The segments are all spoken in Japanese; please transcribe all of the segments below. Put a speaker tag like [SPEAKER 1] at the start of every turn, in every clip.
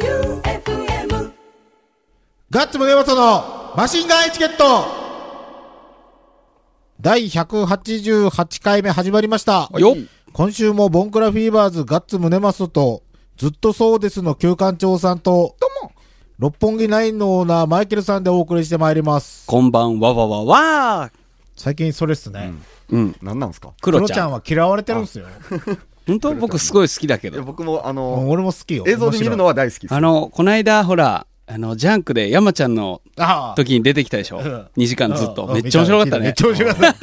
[SPEAKER 1] J-O-E-U-F-M
[SPEAKER 2] ガッツムネマソのマシンガンエチケット第188回目始まりました。
[SPEAKER 3] よっ
[SPEAKER 2] 今週もボンクラフィーバーズガッツムネマソと、ずっとそうですの旧館長さんと、六本木ナインのオーナーマイケルさんでお送りしてまいります。
[SPEAKER 3] こんばんわわわわ
[SPEAKER 2] 最近それっすね。
[SPEAKER 3] うん。
[SPEAKER 4] なんなんですか
[SPEAKER 3] ク
[SPEAKER 2] ク
[SPEAKER 3] ロ
[SPEAKER 2] ロ
[SPEAKER 3] ち
[SPEAKER 2] ちゃ
[SPEAKER 3] ゃん。
[SPEAKER 2] んは嫌われてるんすよ。
[SPEAKER 3] 本当僕すごい好きだけ
[SPEAKER 4] いや
[SPEAKER 3] ど。
[SPEAKER 4] 僕もあ
[SPEAKER 2] うん
[SPEAKER 4] の
[SPEAKER 2] 俺も好きよ。
[SPEAKER 4] 映像で見るの
[SPEAKER 2] は。
[SPEAKER 4] は大好きです
[SPEAKER 3] あの、こないだほら、あの、ジャンクで山ちゃんの
[SPEAKER 2] ああ。
[SPEAKER 3] 時に出てきたでし
[SPEAKER 2] ん
[SPEAKER 3] ょ ?2 時間ずっと。
[SPEAKER 2] うん
[SPEAKER 3] めっちゃ面白かった
[SPEAKER 2] めっ
[SPEAKER 3] ね
[SPEAKER 2] ち。ゃ面白かった。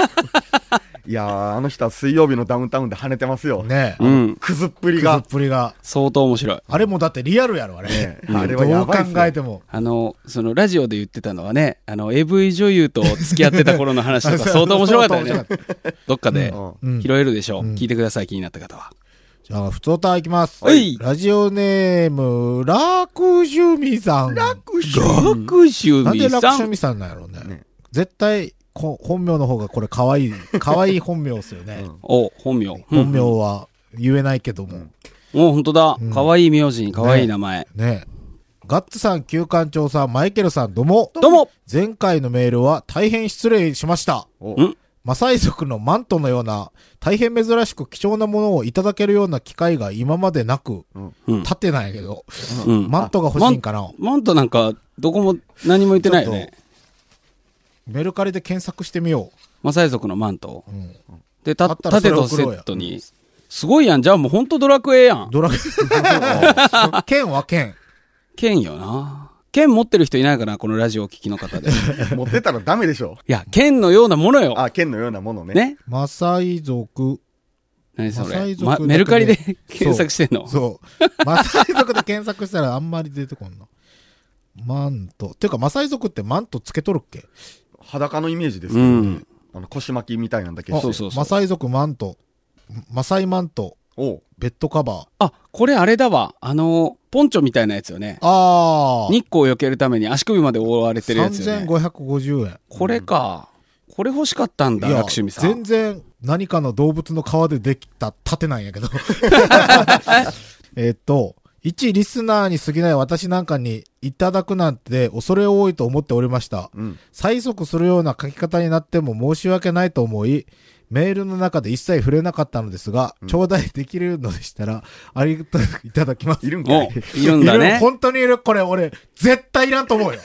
[SPEAKER 4] いやーあの人は水曜日のダウンタウンで跳ねてますよ、
[SPEAKER 2] ねえ。
[SPEAKER 3] うん。
[SPEAKER 4] くずっぷり
[SPEAKER 2] がっ
[SPEAKER 4] が、
[SPEAKER 2] ぷりが。
[SPEAKER 3] 相当面白い。
[SPEAKER 2] あれもだってリアルやろ、あれ。
[SPEAKER 4] ねえ
[SPEAKER 2] あ
[SPEAKER 4] あ
[SPEAKER 2] れ
[SPEAKER 4] れ
[SPEAKER 2] は
[SPEAKER 4] は
[SPEAKER 2] ど
[SPEAKER 4] や
[SPEAKER 2] う
[SPEAKER 4] ばいっすよ
[SPEAKER 2] 考えても。
[SPEAKER 3] あの、その、ラジオで言ってたのはね、あの、AV 女優と付き合ってた頃 の話とか相当面白かったよ
[SPEAKER 2] 相
[SPEAKER 3] ね
[SPEAKER 2] 当面白。
[SPEAKER 3] どっかで
[SPEAKER 2] うん
[SPEAKER 3] 拾えるでしょう。聞いてください、気になった方は。
[SPEAKER 2] じゃあ、普通歌いきます。
[SPEAKER 3] はい
[SPEAKER 2] ラジオネーム、楽趣味さん。
[SPEAKER 3] 学習
[SPEAKER 2] なんで
[SPEAKER 3] 美
[SPEAKER 2] 楽
[SPEAKER 3] さ
[SPEAKER 2] 趣
[SPEAKER 3] ん。
[SPEAKER 2] 味さんなんやろうね。
[SPEAKER 4] ね
[SPEAKER 2] 絶対こ、本名の方がこれ可 愛い、可愛い本名ですよね。
[SPEAKER 3] お、本名。うん
[SPEAKER 2] 本名は言えないけども。
[SPEAKER 3] お、本当だ。可愛い名字に可愛い名前。
[SPEAKER 2] ねガッツさん、旧館長さん、マイケルさん、どうも。
[SPEAKER 3] どうも
[SPEAKER 2] 前回のメールは大変失礼しました。
[SPEAKER 4] お
[SPEAKER 3] ん
[SPEAKER 2] マサイ族のマントのような、大変珍しく貴重なものをいただけるような機会が今までなく、
[SPEAKER 3] うん
[SPEAKER 2] 立ってないけど、
[SPEAKER 3] うん
[SPEAKER 2] マントが欲しいんかな
[SPEAKER 3] マンマントなんか、どこも何も言ってないよね
[SPEAKER 2] ち。メルカリで検索してみよ
[SPEAKER 3] マサイ族のマント。で、
[SPEAKER 2] あ
[SPEAKER 3] た、
[SPEAKER 2] ったらそ
[SPEAKER 3] 盾
[SPEAKER 2] れ
[SPEAKER 3] と
[SPEAKER 2] 送
[SPEAKER 3] セ
[SPEAKER 2] ろうや
[SPEAKER 3] ットに。すごいやん。じゃあもうほんとドラクエや
[SPEAKER 2] う。
[SPEAKER 3] ん。
[SPEAKER 2] ド ラクエ。剣は剣。
[SPEAKER 3] 剣よな。剣持ってる人いないかなこのラジオを聞きの方で。い
[SPEAKER 4] 持ってたらダメでしょ
[SPEAKER 3] や、剣のようなものよ。
[SPEAKER 4] あ剣のようなものね
[SPEAKER 3] ね。
[SPEAKER 2] マサイ族。
[SPEAKER 3] 何そ
[SPEAKER 2] マサイ
[SPEAKER 3] れ。
[SPEAKER 2] 族だ
[SPEAKER 3] ま
[SPEAKER 2] けで
[SPEAKER 3] メルカリで
[SPEAKER 2] そう
[SPEAKER 3] 検索してんの
[SPEAKER 2] そう。マサイ族で検索したらあんまり出てこんの。マント。ていうか、マサイ族ってマントつけとるっけ
[SPEAKER 4] 裸のイメージですけどね、
[SPEAKER 3] うん
[SPEAKER 4] あの腰巻きみたいなんだけ
[SPEAKER 3] あ
[SPEAKER 4] ど
[SPEAKER 3] そうそうそう
[SPEAKER 2] マサイ族マント。マサイマント。
[SPEAKER 4] おう
[SPEAKER 2] ベッドカバー。
[SPEAKER 3] あ、これあれだわ。あの、ポンチョみたいなやつよね。
[SPEAKER 2] あー。
[SPEAKER 3] 日光を避けるために足首まで覆われてるやつよね。
[SPEAKER 2] 3550円。
[SPEAKER 3] これか。これ欲しかったんだ、
[SPEAKER 2] いや
[SPEAKER 3] 楽しみさ
[SPEAKER 2] 全。
[SPEAKER 3] ん
[SPEAKER 2] 然何かの動物の皮でできた盾なん やけど。えっと、一リスナーに過ぎない私なんかにいただくなんて恐れ多いと思っておりました。
[SPEAKER 4] うん
[SPEAKER 2] 催促するような書き方になっても申し訳ないと思い、メールの中で一切触れなかったのですが、頂戴できるのでしたら、ありがとういただきます。
[SPEAKER 4] いるんか
[SPEAKER 3] お
[SPEAKER 4] い、
[SPEAKER 3] いるんだ
[SPEAKER 2] いる
[SPEAKER 3] ね。
[SPEAKER 2] 本当にいるこれ俺、絶対いらんと思うよ。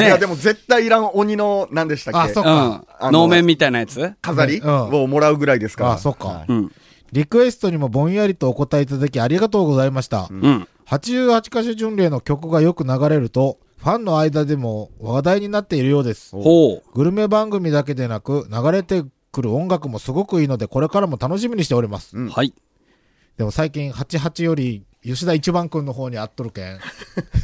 [SPEAKER 4] いやでも絶対いらん鬼の何でした
[SPEAKER 2] あ
[SPEAKER 4] っけ
[SPEAKER 2] そっ
[SPEAKER 3] う
[SPEAKER 4] あ
[SPEAKER 3] ん。
[SPEAKER 4] の
[SPEAKER 3] 能面みたいなやつ
[SPEAKER 4] 飾り、
[SPEAKER 2] うん
[SPEAKER 4] をもらうぐらいですから
[SPEAKER 2] あ、そっか。
[SPEAKER 4] はい
[SPEAKER 3] うん。
[SPEAKER 2] リクエストにもぼんやりとお答えいただきありがとうございました。
[SPEAKER 3] うん。
[SPEAKER 2] 88歌手巡礼の曲がよく流れると、ファンの間でも話題になっているようです。
[SPEAKER 3] ほう。
[SPEAKER 2] グルメ番組だけでなく、流れてくる音楽もすごくいいので、これからも楽しみにしております。
[SPEAKER 4] うん
[SPEAKER 3] はい。
[SPEAKER 2] でも最近、88より、吉田一番くんの方にあっとる けん、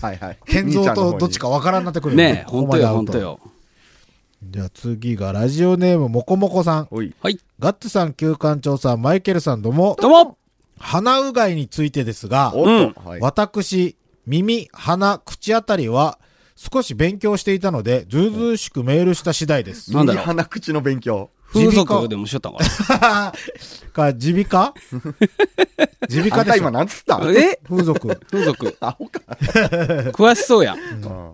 [SPEAKER 4] はいはい
[SPEAKER 2] 健
[SPEAKER 4] 兄ち
[SPEAKER 2] 三
[SPEAKER 4] ゃんの方
[SPEAKER 2] と
[SPEAKER 4] に
[SPEAKER 2] どっちかわからんなってくる
[SPEAKER 3] ねえ、
[SPEAKER 2] ここ
[SPEAKER 3] ほん
[SPEAKER 2] ま
[SPEAKER 3] と
[SPEAKER 2] で
[SPEAKER 3] よ、
[SPEAKER 2] 会
[SPEAKER 3] ほ
[SPEAKER 2] うんと
[SPEAKER 3] と。よ。
[SPEAKER 2] じゃあ次が、ラジオネームもこもこさん。
[SPEAKER 4] おい
[SPEAKER 3] はい。
[SPEAKER 2] ガッツさん、旧館長さん、マイケルさん、どうも。
[SPEAKER 3] どうも
[SPEAKER 2] 鼻うがいについてですが、
[SPEAKER 4] おっと、はい、
[SPEAKER 2] 私、耳、鼻、口あたりは少し勉強していたので、ずうずうしくメールした次第です。
[SPEAKER 3] なんだ
[SPEAKER 4] 右
[SPEAKER 3] ろう
[SPEAKER 4] 鼻口の勉強
[SPEAKER 3] 風俗でもしよったんか
[SPEAKER 2] か、耳 鼻科耳鼻
[SPEAKER 4] あ
[SPEAKER 2] 科
[SPEAKER 4] んた
[SPEAKER 2] でし
[SPEAKER 4] 今
[SPEAKER 2] ょ
[SPEAKER 4] なんつった
[SPEAKER 3] な え
[SPEAKER 2] 風俗。
[SPEAKER 3] 風俗。
[SPEAKER 4] アホか、
[SPEAKER 3] 詳しそうやん。
[SPEAKER 4] うん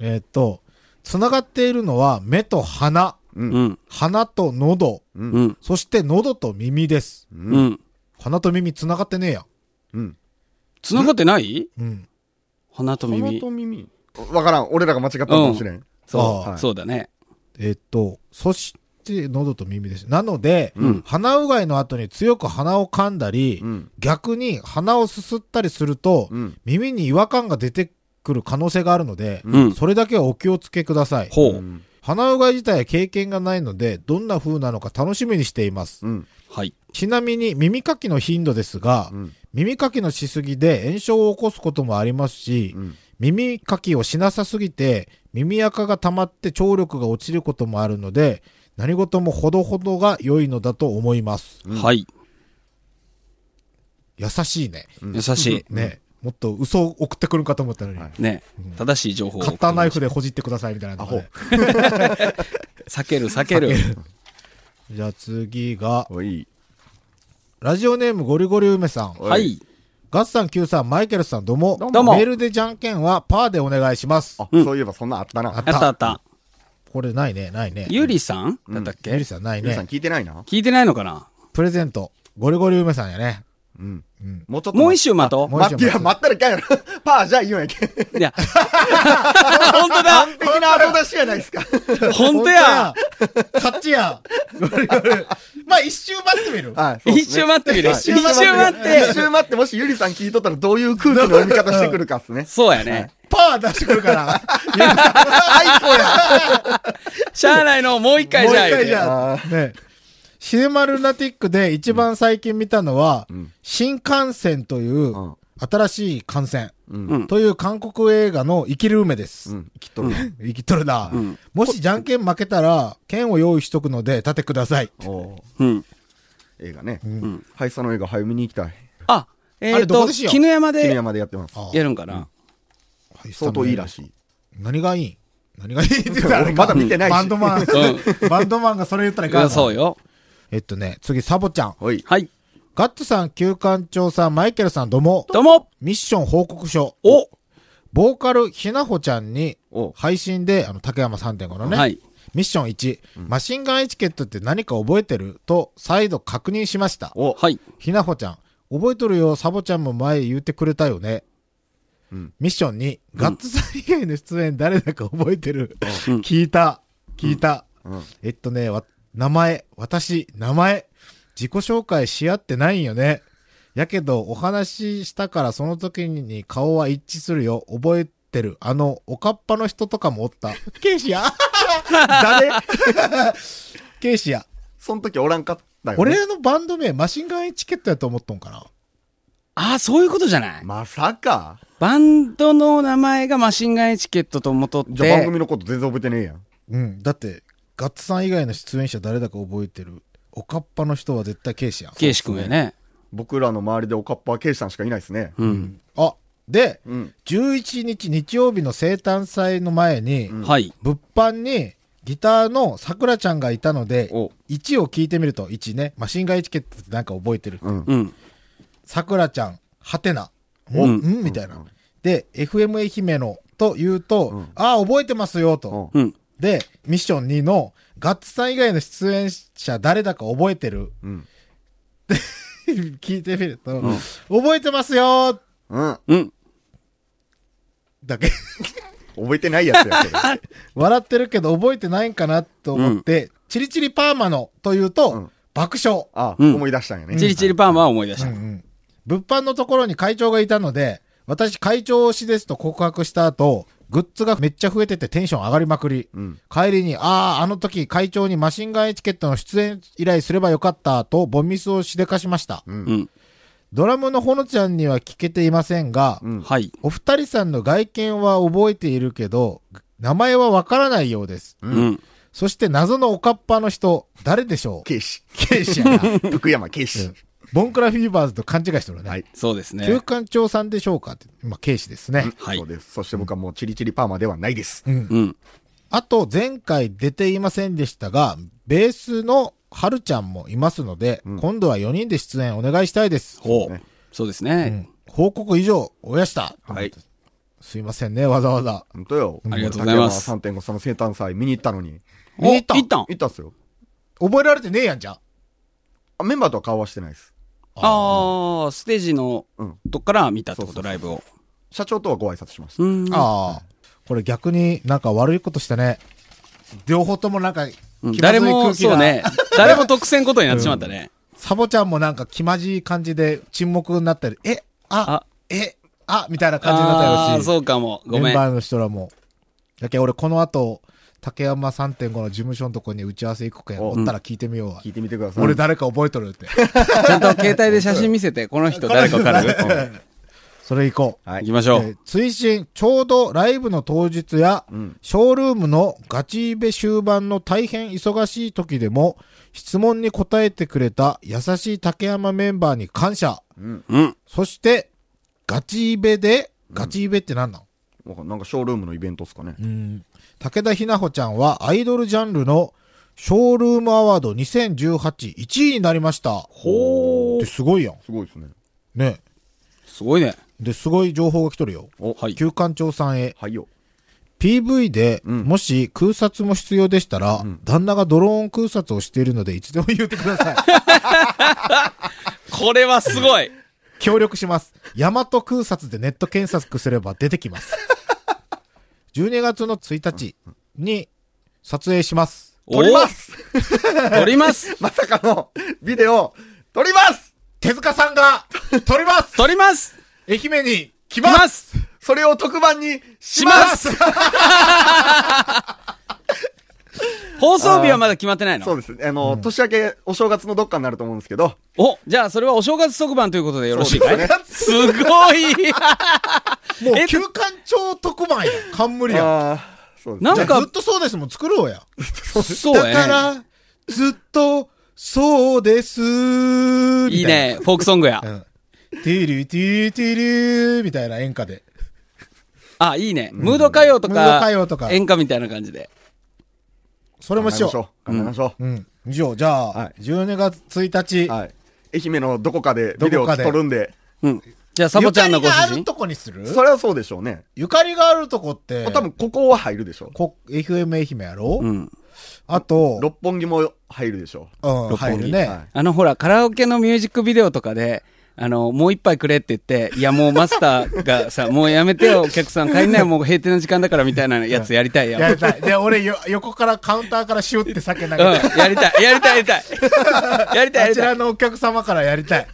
[SPEAKER 2] えーっと、つながっているのは目と鼻、
[SPEAKER 3] うん。
[SPEAKER 2] 鼻と喉、
[SPEAKER 3] うん。
[SPEAKER 2] そして喉と耳です。
[SPEAKER 3] うん。
[SPEAKER 2] 鼻と耳つながってねえや。
[SPEAKER 4] うん、
[SPEAKER 3] 繋がってない
[SPEAKER 2] うん。
[SPEAKER 3] 鼻と
[SPEAKER 4] 鼻
[SPEAKER 3] 耳
[SPEAKER 4] と。耳わからん俺らが間違ったのかもしれん、
[SPEAKER 3] そ
[SPEAKER 2] あ
[SPEAKER 3] う。そうだね。
[SPEAKER 2] えーっと、そして喉と耳です。なので、
[SPEAKER 3] うん
[SPEAKER 2] 鼻うがいの後に強く鼻を噛んだり、
[SPEAKER 4] うん
[SPEAKER 2] 逆に鼻をすすったりすると、
[SPEAKER 4] うん
[SPEAKER 2] 耳に違和感が出てくる可能性があるので、
[SPEAKER 3] うん。
[SPEAKER 2] それだけはお気をつけください。
[SPEAKER 3] ほ
[SPEAKER 4] う
[SPEAKER 3] う。
[SPEAKER 4] ん
[SPEAKER 2] 鼻うがい自体は経験がないので、どんな風なのか楽しみにしています。
[SPEAKER 4] うん
[SPEAKER 3] はい。
[SPEAKER 2] ちなみに耳かきの頻度ですが、
[SPEAKER 4] うん
[SPEAKER 2] 耳かきのしすぎで炎症を起こすこともありますし、
[SPEAKER 4] うん
[SPEAKER 2] 耳かきをしなさすぎて、耳垢が溜まって聴力が落ちることもあるので、何事もほどほどが良いのだと思います。
[SPEAKER 3] はい。
[SPEAKER 2] 優しいね。
[SPEAKER 3] 優し
[SPEAKER 2] ね、もっと嘘を送ってくるんかと思ったのに。
[SPEAKER 4] はい
[SPEAKER 3] い。ね。正しい情報を
[SPEAKER 2] カ
[SPEAKER 3] 送
[SPEAKER 2] ッ
[SPEAKER 3] ってく
[SPEAKER 2] ター
[SPEAKER 3] れま
[SPEAKER 2] ナイ
[SPEAKER 3] し
[SPEAKER 2] フでほじってくださいみたいなのとかね、
[SPEAKER 3] た。避ける、避ける。
[SPEAKER 2] じゃあ次が、
[SPEAKER 4] おい
[SPEAKER 2] ラジオネームゴリゴリ梅さん。
[SPEAKER 3] はい。
[SPEAKER 2] ガッツさん、Q さん、マイケルさん、どうも。
[SPEAKER 4] どう
[SPEAKER 3] どうも
[SPEAKER 2] メールでじゃんけんはパーでお願いします。
[SPEAKER 4] あ、
[SPEAKER 3] うん
[SPEAKER 4] そういえばそんなんあったな。
[SPEAKER 2] あ
[SPEAKER 3] あったあった。
[SPEAKER 2] これないね、ないね。
[SPEAKER 3] ゆりさんだったっ
[SPEAKER 2] ゆ
[SPEAKER 3] け
[SPEAKER 2] りさん、ない
[SPEAKER 4] 皆さん
[SPEAKER 2] ね。
[SPEAKER 4] 聞いてないな。
[SPEAKER 3] 聞いてないのかな
[SPEAKER 2] プレゼント、ゴリゴリ梅さんやね。
[SPEAKER 4] うん。
[SPEAKER 2] うん。
[SPEAKER 4] もうちょっと。
[SPEAKER 3] もう一周待と
[SPEAKER 2] もう
[SPEAKER 4] 待って、いや、待ったらいかんやろ。 パーじゃあ言うんや けん。
[SPEAKER 3] う。いや。本当だ
[SPEAKER 4] 的な後出しやないで すか。
[SPEAKER 3] 本当や
[SPEAKER 2] 勝ちやゴリゴリ。まあ、一周待ってみる。
[SPEAKER 4] はい。そうっ
[SPEAKER 3] 一
[SPEAKER 4] すね
[SPEAKER 3] 周待ってみる。
[SPEAKER 4] はい
[SPEAKER 3] 一周待っ
[SPEAKER 4] 一
[SPEAKER 3] て。。
[SPEAKER 4] 周待って、もしゆりさん聞いとったらどういう空気の読み方してくるかっすね
[SPEAKER 3] そうやね。
[SPEAKER 2] パー出してくる から。
[SPEAKER 4] 最高や
[SPEAKER 3] しゃあないの、もう一回じゃあ
[SPEAKER 2] もう一
[SPEAKER 3] 言う
[SPEAKER 2] 回
[SPEAKER 3] て
[SPEAKER 2] じ。ゃあ。ね。シネマルナティックで一番最近見たのは、
[SPEAKER 4] ん
[SPEAKER 2] 新幹線という
[SPEAKER 4] うん
[SPEAKER 2] 新しい感染
[SPEAKER 4] うん
[SPEAKER 3] うん
[SPEAKER 2] という韓国映画の生きる梅です。
[SPEAKER 4] うん、きっとる。
[SPEAKER 2] 生きとるな、
[SPEAKER 3] ん
[SPEAKER 2] もしじゃんけん負けたら、剣を用意しとくので立てください。
[SPEAKER 4] おー
[SPEAKER 3] うん。
[SPEAKER 4] 映画ね。
[SPEAKER 3] ん
[SPEAKER 4] はい、その映画、はい、見に行きたい。
[SPEAKER 3] あ、え
[SPEAKER 2] あ
[SPEAKER 3] っ
[SPEAKER 2] れどこ
[SPEAKER 3] と、
[SPEAKER 2] でしよう
[SPEAKER 3] 絹山
[SPEAKER 4] 君
[SPEAKER 3] で
[SPEAKER 4] 山でやってます。
[SPEAKER 2] あ
[SPEAKER 3] やるんかな。
[SPEAKER 4] 相当いいらしい。
[SPEAKER 2] 何がいい何がいいって言ったらあ
[SPEAKER 4] 俺
[SPEAKER 2] れか
[SPEAKER 4] まだ見てないし。
[SPEAKER 2] バンドマン、バンドマンがそれ言ったらい
[SPEAKER 3] い
[SPEAKER 2] かん
[SPEAKER 3] や
[SPEAKER 2] な
[SPEAKER 3] そうよ。
[SPEAKER 2] えっとね、次、サボちゃん。
[SPEAKER 4] はい。
[SPEAKER 3] はい。
[SPEAKER 2] ガッツさん、旧館長さん、マイケルさん、どうも。
[SPEAKER 3] どうも
[SPEAKER 2] ミッション報告書。
[SPEAKER 3] お
[SPEAKER 2] ボーカル、ひなほちゃんに
[SPEAKER 4] お、
[SPEAKER 2] 配信で、あの、竹山3.5のね、
[SPEAKER 3] はい。
[SPEAKER 2] ミッション1、マシンガンエチケットって何か覚えてると、再度確認しました。
[SPEAKER 4] お、
[SPEAKER 3] はい。
[SPEAKER 2] ひなほちゃん、覚えとるよ、サボちゃんも前言ってくれたよね。
[SPEAKER 4] うん
[SPEAKER 2] ミッション2、ガッツさん以外の出演誰だか覚えてる、
[SPEAKER 3] うん
[SPEAKER 2] 聞いた、聞いた。
[SPEAKER 4] うん
[SPEAKER 2] えっとね、わ名前、私、名前、自己紹介し合ってないんよね。やけど、お話ししたからその時に顔は一致するよ。覚えてる。あの、おかっぱの人とかもおった。ケイシ ア
[SPEAKER 4] 誰
[SPEAKER 2] ケイシア。
[SPEAKER 4] その時おらんかったよね。
[SPEAKER 2] 俺のバンド名、マシンガンエチケットやと思っとんかな。
[SPEAKER 3] ああ、そういうことじゃない
[SPEAKER 4] まさか。
[SPEAKER 3] バンドの名前がマシンガンエチケットと元って。
[SPEAKER 4] じゃあ番組のこと全然覚えてねえやん。
[SPEAKER 2] うん。だって、ガッツさん以外の出演者誰だか覚えてる。おかっぱの人は絶対ケイシア。
[SPEAKER 3] ケイシ君やね。
[SPEAKER 4] 僕らの周りでおかっぱはケイシさんしかいないですね。
[SPEAKER 3] うん。
[SPEAKER 2] あ、で、
[SPEAKER 4] うん。
[SPEAKER 2] 11日日曜日の生誕祭の前に、
[SPEAKER 4] ん
[SPEAKER 3] はい。
[SPEAKER 2] 物販にギターのさくらちゃんがいたので
[SPEAKER 4] お
[SPEAKER 2] 1を聞いてみると1ねマシンガンエチケットってなんか覚えてる
[SPEAKER 4] うん。
[SPEAKER 3] うん。
[SPEAKER 2] さくらちゃんはてな
[SPEAKER 3] お
[SPEAKER 2] うん、うんみたいな、で FM 愛媛のと言うと、
[SPEAKER 4] うん
[SPEAKER 2] ああ覚えてますよと、
[SPEAKER 4] うん
[SPEAKER 3] うん。
[SPEAKER 2] でミッション2のガッツさん以外の出演者誰だか覚えてる
[SPEAKER 4] うん。
[SPEAKER 2] 聞いてみると、覚えてますよ
[SPEAKER 4] うん。
[SPEAKER 3] うん。
[SPEAKER 2] だけ
[SPEAKER 4] 覚えてないやつや けど。
[SPEAKER 2] 笑ってるけど覚えてないんかなと思って、チリチリパーマのと言うと、
[SPEAKER 4] うん
[SPEAKER 2] 爆笑
[SPEAKER 4] あ、
[SPEAKER 3] うん
[SPEAKER 4] 思い出したんやね。
[SPEAKER 3] チリチリパーマは思い出し
[SPEAKER 2] う
[SPEAKER 3] た
[SPEAKER 2] んう。ん、物販のところに会長がいたので、私会長推しですと告白した後、グッズがめっちゃ増えててテンション上がりまくり。
[SPEAKER 4] うん。
[SPEAKER 2] 帰りに、ああ、あの時会長にマシンガンエチケットの出演依頼すればよかったとボンミスをしでかしました。
[SPEAKER 3] うん。
[SPEAKER 2] ドラムのほのちゃんには聞けていませんが、
[SPEAKER 4] うん。
[SPEAKER 3] はい。
[SPEAKER 2] お二人さんの外見は覚えているけど、名前はわからないようです。
[SPEAKER 4] う
[SPEAKER 3] うんん。
[SPEAKER 2] そして謎のおかっぱの人、誰でしょう
[SPEAKER 4] ケイシ。
[SPEAKER 2] ケイシやな。
[SPEAKER 4] 福山ケイシ。
[SPEAKER 2] ボンクラフィーバーズと勘違いしてるね。
[SPEAKER 4] はい
[SPEAKER 3] そうですね。
[SPEAKER 2] 旧館長さんでしょうかって、まあ、警視ですね。
[SPEAKER 3] はい
[SPEAKER 4] そうです。そして僕はもうチリチリパーマではないです。
[SPEAKER 3] うん。
[SPEAKER 2] あと、前回出ていませんでしたが、ベースのはるちゃんもいますので、
[SPEAKER 4] ん
[SPEAKER 2] 今度は4人で出演お願いしたいです。
[SPEAKER 3] ほ
[SPEAKER 4] ね
[SPEAKER 3] う。そうです
[SPEAKER 2] う
[SPEAKER 3] ね
[SPEAKER 2] ん。報告以上、おやした。
[SPEAKER 4] はい。
[SPEAKER 2] すいませんね、わざわざ。
[SPEAKER 4] 本当よ。
[SPEAKER 3] ありがとうございます
[SPEAKER 4] 竹山3.5さんの生誕祭見に行ったのに。
[SPEAKER 2] 見に行った
[SPEAKER 3] お行ったん
[SPEAKER 4] 行ったっすよ。
[SPEAKER 2] 覚えられてねえやんじゃん。
[SPEAKER 4] あメンバーとは顔はしてないです。
[SPEAKER 3] ああ、ステージの
[SPEAKER 4] うん。
[SPEAKER 3] とこから見たってこ
[SPEAKER 4] そうそうそ
[SPEAKER 3] と、
[SPEAKER 4] う
[SPEAKER 3] ライブを。
[SPEAKER 4] 社長とはご挨拶しました。
[SPEAKER 3] うん。
[SPEAKER 2] ああ。これ逆になんか悪いことしたね。両方ともなんか、
[SPEAKER 3] うん
[SPEAKER 2] 気まず
[SPEAKER 3] 誰
[SPEAKER 2] い空
[SPEAKER 3] も、
[SPEAKER 2] 気が
[SPEAKER 3] そうね。誰も得せんことになってしまったね。
[SPEAKER 2] サボちゃんもなんか気まじい感じで沈黙になったり、え、あ、
[SPEAKER 3] あ
[SPEAKER 2] え、あ、みたいな感じになったやろ
[SPEAKER 3] あ
[SPEAKER 2] し
[SPEAKER 3] ー。そうかも。ご
[SPEAKER 2] メ
[SPEAKER 3] め
[SPEAKER 2] ン
[SPEAKER 3] ん。
[SPEAKER 2] バーの人らも。だけど俺この後、竹山3.5の事務所のとこに打ち合わせ行くけん、
[SPEAKER 4] お
[SPEAKER 2] おったら聞いてみようわ。
[SPEAKER 4] 聞いてみてください。
[SPEAKER 2] 俺誰か覚えとる って。
[SPEAKER 3] ちゃんと携帯で写真見せて、この人誰かわかる
[SPEAKER 2] それ行こう。
[SPEAKER 4] は
[SPEAKER 3] 行
[SPEAKER 4] い
[SPEAKER 3] き。まし
[SPEAKER 2] え
[SPEAKER 3] ょう
[SPEAKER 2] ー。追伸、ちょうどライブの当日や、
[SPEAKER 4] うん。
[SPEAKER 2] ショールームのガチイベ終盤の大変忙しい時でも、質問に答えてくれた優しい竹山メンバーに感謝。
[SPEAKER 4] うん。
[SPEAKER 3] うん。
[SPEAKER 2] そして、ガチイベで、ガチイベって何なの、
[SPEAKER 4] わかんなんかショールームのイベントっすかね。
[SPEAKER 2] うん武田ひなほちゃんはアイドルジャンルのショールームアワード20181位になりました。
[SPEAKER 3] ほ
[SPEAKER 2] ってすごいやん。
[SPEAKER 4] すごいですね。
[SPEAKER 2] ね。
[SPEAKER 3] すごいね。
[SPEAKER 2] で、すごい情報が来とるよ。
[SPEAKER 4] お
[SPEAKER 3] はい。
[SPEAKER 2] 旧館長さんへ。
[SPEAKER 4] はいよ。
[SPEAKER 2] PV で、
[SPEAKER 4] うん
[SPEAKER 2] もし空撮も必要でしたら、旦那がドローン空撮をしているので、いつでも言ってくだ さい。
[SPEAKER 3] これはすごい。
[SPEAKER 2] 協力します。大和空撮でネット検索すれば出てき ます。12月の1日に 撮影します。
[SPEAKER 4] 撮ります
[SPEAKER 3] お撮ります
[SPEAKER 4] まさかのビデオ、撮ります
[SPEAKER 2] 手塚さん が撮ります
[SPEAKER 3] 撮ります
[SPEAKER 2] 愛媛に来
[SPEAKER 3] 来
[SPEAKER 2] ます
[SPEAKER 3] ます
[SPEAKER 4] それを特番にし
[SPEAKER 3] し
[SPEAKER 4] ま
[SPEAKER 3] ますす 放送日はまだ決まってない
[SPEAKER 4] そう
[SPEAKER 3] の
[SPEAKER 4] ですね。あの、年明け、お正月のどっかになると思うんですけど、
[SPEAKER 3] お、じゃあそれはお正月特番ということでよろしいかいすごい
[SPEAKER 2] もう
[SPEAKER 3] えっと
[SPEAKER 2] 休館長特番や。冠や。
[SPEAKER 4] あーそうですね。
[SPEAKER 3] なん
[SPEAKER 2] じ
[SPEAKER 3] か
[SPEAKER 2] ゃあずっとそうですもん作ろうや。
[SPEAKER 3] そう
[SPEAKER 2] だ
[SPEAKER 3] ね。
[SPEAKER 2] から、ずっと、そうですみた
[SPEAKER 3] いいね。フォークソングや
[SPEAKER 2] う。ん。ティリューティリューティリューみたいな演歌で。
[SPEAKER 3] あ、いいね。ムード歌謡とか、
[SPEAKER 2] ムード歌謡とか
[SPEAKER 3] 演歌みたいな感じで。
[SPEAKER 2] それもしよう。
[SPEAKER 4] 頑張りましょう。頑張りましょ
[SPEAKER 2] うん。以上、じゃあ、
[SPEAKER 4] はい
[SPEAKER 2] 12月1
[SPEAKER 4] う。
[SPEAKER 2] 日、
[SPEAKER 4] はい。愛媛のどこかでビデ
[SPEAKER 2] ど
[SPEAKER 4] オ
[SPEAKER 2] こかで
[SPEAKER 4] 撮るんで、
[SPEAKER 3] うん。じゃあ、サボちゃんのご
[SPEAKER 2] ゆか
[SPEAKER 3] 主
[SPEAKER 2] りがある
[SPEAKER 3] 人。
[SPEAKER 2] とこにする
[SPEAKER 4] それはそうでしょうね。
[SPEAKER 2] ゆかりがあるとこって、
[SPEAKER 4] 多分、ここは入るでしょ
[SPEAKER 2] こ FM 愛媛やろ、
[SPEAKER 3] うん。
[SPEAKER 2] あ
[SPEAKER 4] う。
[SPEAKER 2] と、
[SPEAKER 4] 六本木も入るでしょ
[SPEAKER 2] うん、
[SPEAKER 3] 六本木
[SPEAKER 2] 入る
[SPEAKER 4] う。
[SPEAKER 2] ね、
[SPEAKER 4] はい
[SPEAKER 3] あの、ほら、カラオケのミュージックビデオとかで、あの、もう一杯くれって言って、いや、もうマスターが さ、もうやめてよ、お客さん帰んないよ、もう閉店の時間だからみたいなやつやりたいやん。
[SPEAKER 2] やりたい。で、俺よ、横からカウンターからシュって酒投げ
[SPEAKER 3] うん、
[SPEAKER 2] て、
[SPEAKER 3] やりたい、やりたい、やり たい。やりたい、や
[SPEAKER 2] あ
[SPEAKER 3] り
[SPEAKER 2] ち
[SPEAKER 3] た
[SPEAKER 2] ら
[SPEAKER 3] い。
[SPEAKER 2] のお客様からやりた い。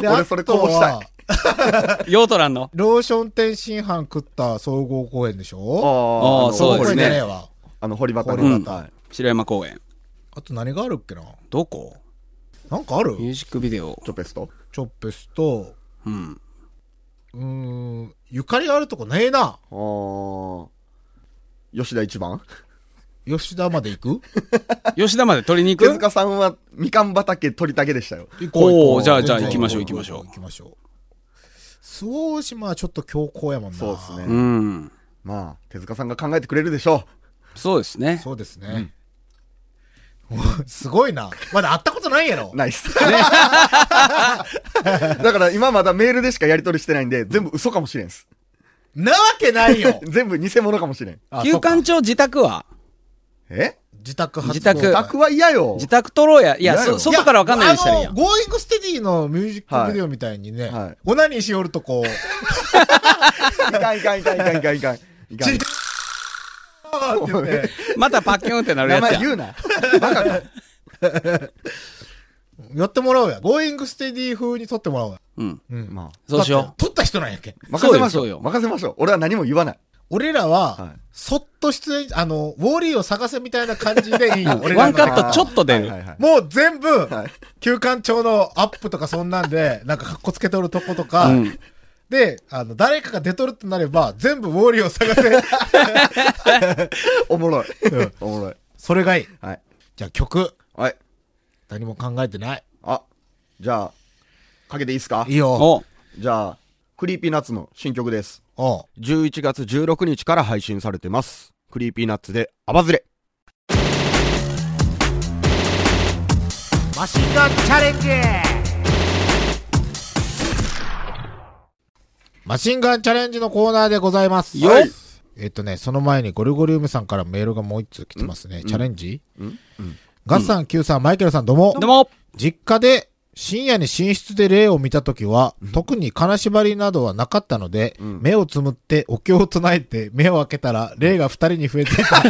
[SPEAKER 2] で
[SPEAKER 4] 俺それこぼしたい。
[SPEAKER 2] あとは
[SPEAKER 3] 用途欄の。
[SPEAKER 2] ローション天津飯食った総合公園でしょ
[SPEAKER 4] あ
[SPEAKER 3] あ
[SPEAKER 4] あ、
[SPEAKER 3] ー
[SPEAKER 2] 総合
[SPEAKER 3] そうで
[SPEAKER 2] 公
[SPEAKER 3] す
[SPEAKER 2] 園
[SPEAKER 3] ね
[SPEAKER 2] じゃねえわ。
[SPEAKER 4] あの、堀端
[SPEAKER 2] 堀
[SPEAKER 4] の。
[SPEAKER 3] 端
[SPEAKER 4] はい
[SPEAKER 3] 白山公園。
[SPEAKER 2] あと何があるっけな
[SPEAKER 3] どこ
[SPEAKER 2] なんかある
[SPEAKER 3] ミュージックビデオ
[SPEAKER 4] チ。ョペスト。
[SPEAKER 2] チョップスと、
[SPEAKER 3] うん。
[SPEAKER 2] うーん、ゆかりがあるとこねえな。
[SPEAKER 4] あー吉田一番
[SPEAKER 2] 吉田まで行く
[SPEAKER 3] 吉田まで取りに
[SPEAKER 4] 手
[SPEAKER 3] 行く
[SPEAKER 4] 塚さんは、みかん畑取りたけでしたよ。
[SPEAKER 2] 行
[SPEAKER 3] こう行こうじゃあ
[SPEAKER 2] 全
[SPEAKER 3] じゃあ
[SPEAKER 2] 然
[SPEAKER 3] 行きましょう行きましょう
[SPEAKER 2] 行きましょう。周防大島はちょっと強行やもんな。
[SPEAKER 4] そうっすね
[SPEAKER 3] うん。
[SPEAKER 4] まあ、手塚さんが考えてくれるでしょ
[SPEAKER 3] そうですね。
[SPEAKER 2] そうですね。すごいな。まだ会ったことないやろ
[SPEAKER 4] う。。 ナイス。だから今まだメールでしかやり取りしてないんで、全部嘘かもしれんっす。
[SPEAKER 2] なわけない よ
[SPEAKER 4] 全部偽物かもしれん。
[SPEAKER 2] あそ
[SPEAKER 3] 休
[SPEAKER 2] っか
[SPEAKER 3] 館長自宅は
[SPEAKER 4] え
[SPEAKER 2] 自宅発
[SPEAKER 3] 自宅
[SPEAKER 2] 公開
[SPEAKER 4] 自宅は嫌よ。
[SPEAKER 3] 自宅取ろうや。い
[SPEAKER 4] い
[SPEAKER 3] や、
[SPEAKER 4] やよ
[SPEAKER 3] そ外からわかんないようにしたらいいや
[SPEAKER 2] あ
[SPEAKER 3] ん
[SPEAKER 2] の、。ゴーイングステディのミュージックビデオみたいにね
[SPEAKER 4] はいはい、
[SPEAKER 2] オナニーしおるとこう、
[SPEAKER 4] いかんいかんいかんいかんいかんいかん。いかん
[SPEAKER 2] ちあーって言って
[SPEAKER 3] またパッキュンってなる
[SPEAKER 4] 名
[SPEAKER 3] やつ
[SPEAKER 4] 前
[SPEAKER 3] や。
[SPEAKER 4] 言うな。 バカか。
[SPEAKER 2] やってもらおうや。ゴーイングステディ風に撮ってもらおうや。
[SPEAKER 3] うん。
[SPEAKER 2] うん
[SPEAKER 4] ま
[SPEAKER 3] そうし
[SPEAKER 2] だっ
[SPEAKER 3] よ
[SPEAKER 2] て撮った人なんやけ。
[SPEAKER 4] あ、任せましょ
[SPEAKER 3] そう
[SPEAKER 4] う
[SPEAKER 3] よ。
[SPEAKER 4] 任せましょう。俺は何も言わない。
[SPEAKER 2] 俺ら
[SPEAKER 4] は、
[SPEAKER 2] はいそっと出演、あの、ウォーリーを探せみたいな感じでいいよ。俺
[SPEAKER 3] う。
[SPEAKER 2] ら
[SPEAKER 3] ワ
[SPEAKER 2] の
[SPEAKER 3] ンカットちょっと出
[SPEAKER 4] はい
[SPEAKER 3] る。
[SPEAKER 4] はいはい
[SPEAKER 2] もう全部
[SPEAKER 4] はい、
[SPEAKER 2] 休館長のアップとかそんなんで、なんかかっこつけとるとことか、
[SPEAKER 3] うん
[SPEAKER 2] で、あの、誰かが出とるってなれば、全部ウォーリーを探せ。
[SPEAKER 4] おもろい
[SPEAKER 2] ん。
[SPEAKER 4] おもろい。
[SPEAKER 2] それがいい。
[SPEAKER 4] はい。
[SPEAKER 2] じゃあ曲、
[SPEAKER 4] はい。
[SPEAKER 2] 何も考えてない。
[SPEAKER 4] あ、じゃあ、かけていいっすか
[SPEAKER 2] いいよ。
[SPEAKER 3] お
[SPEAKER 4] じゃあ、クリーピーナッツの新曲です。
[SPEAKER 2] おう
[SPEAKER 4] 11月16日から配信されてます。クリーピーナッツで、アバズレ。
[SPEAKER 2] マシンガンチャレンジマシンガンチャレンジのコーナーでございます。
[SPEAKER 4] よっ
[SPEAKER 2] はいえっとね、その前にゴルゴリウムさんからメールがもう一通来てますね。チャレンジ
[SPEAKER 4] ん
[SPEAKER 2] ガッサン、キューさん、マイケルさん、どうも。
[SPEAKER 3] でも、
[SPEAKER 2] 実家で深夜に寝室で霊を見たときは、特に金縛りなどはなかったので、
[SPEAKER 4] ん
[SPEAKER 2] 目をつむってお経を唱えて目を開けたら霊が二人に増えていた。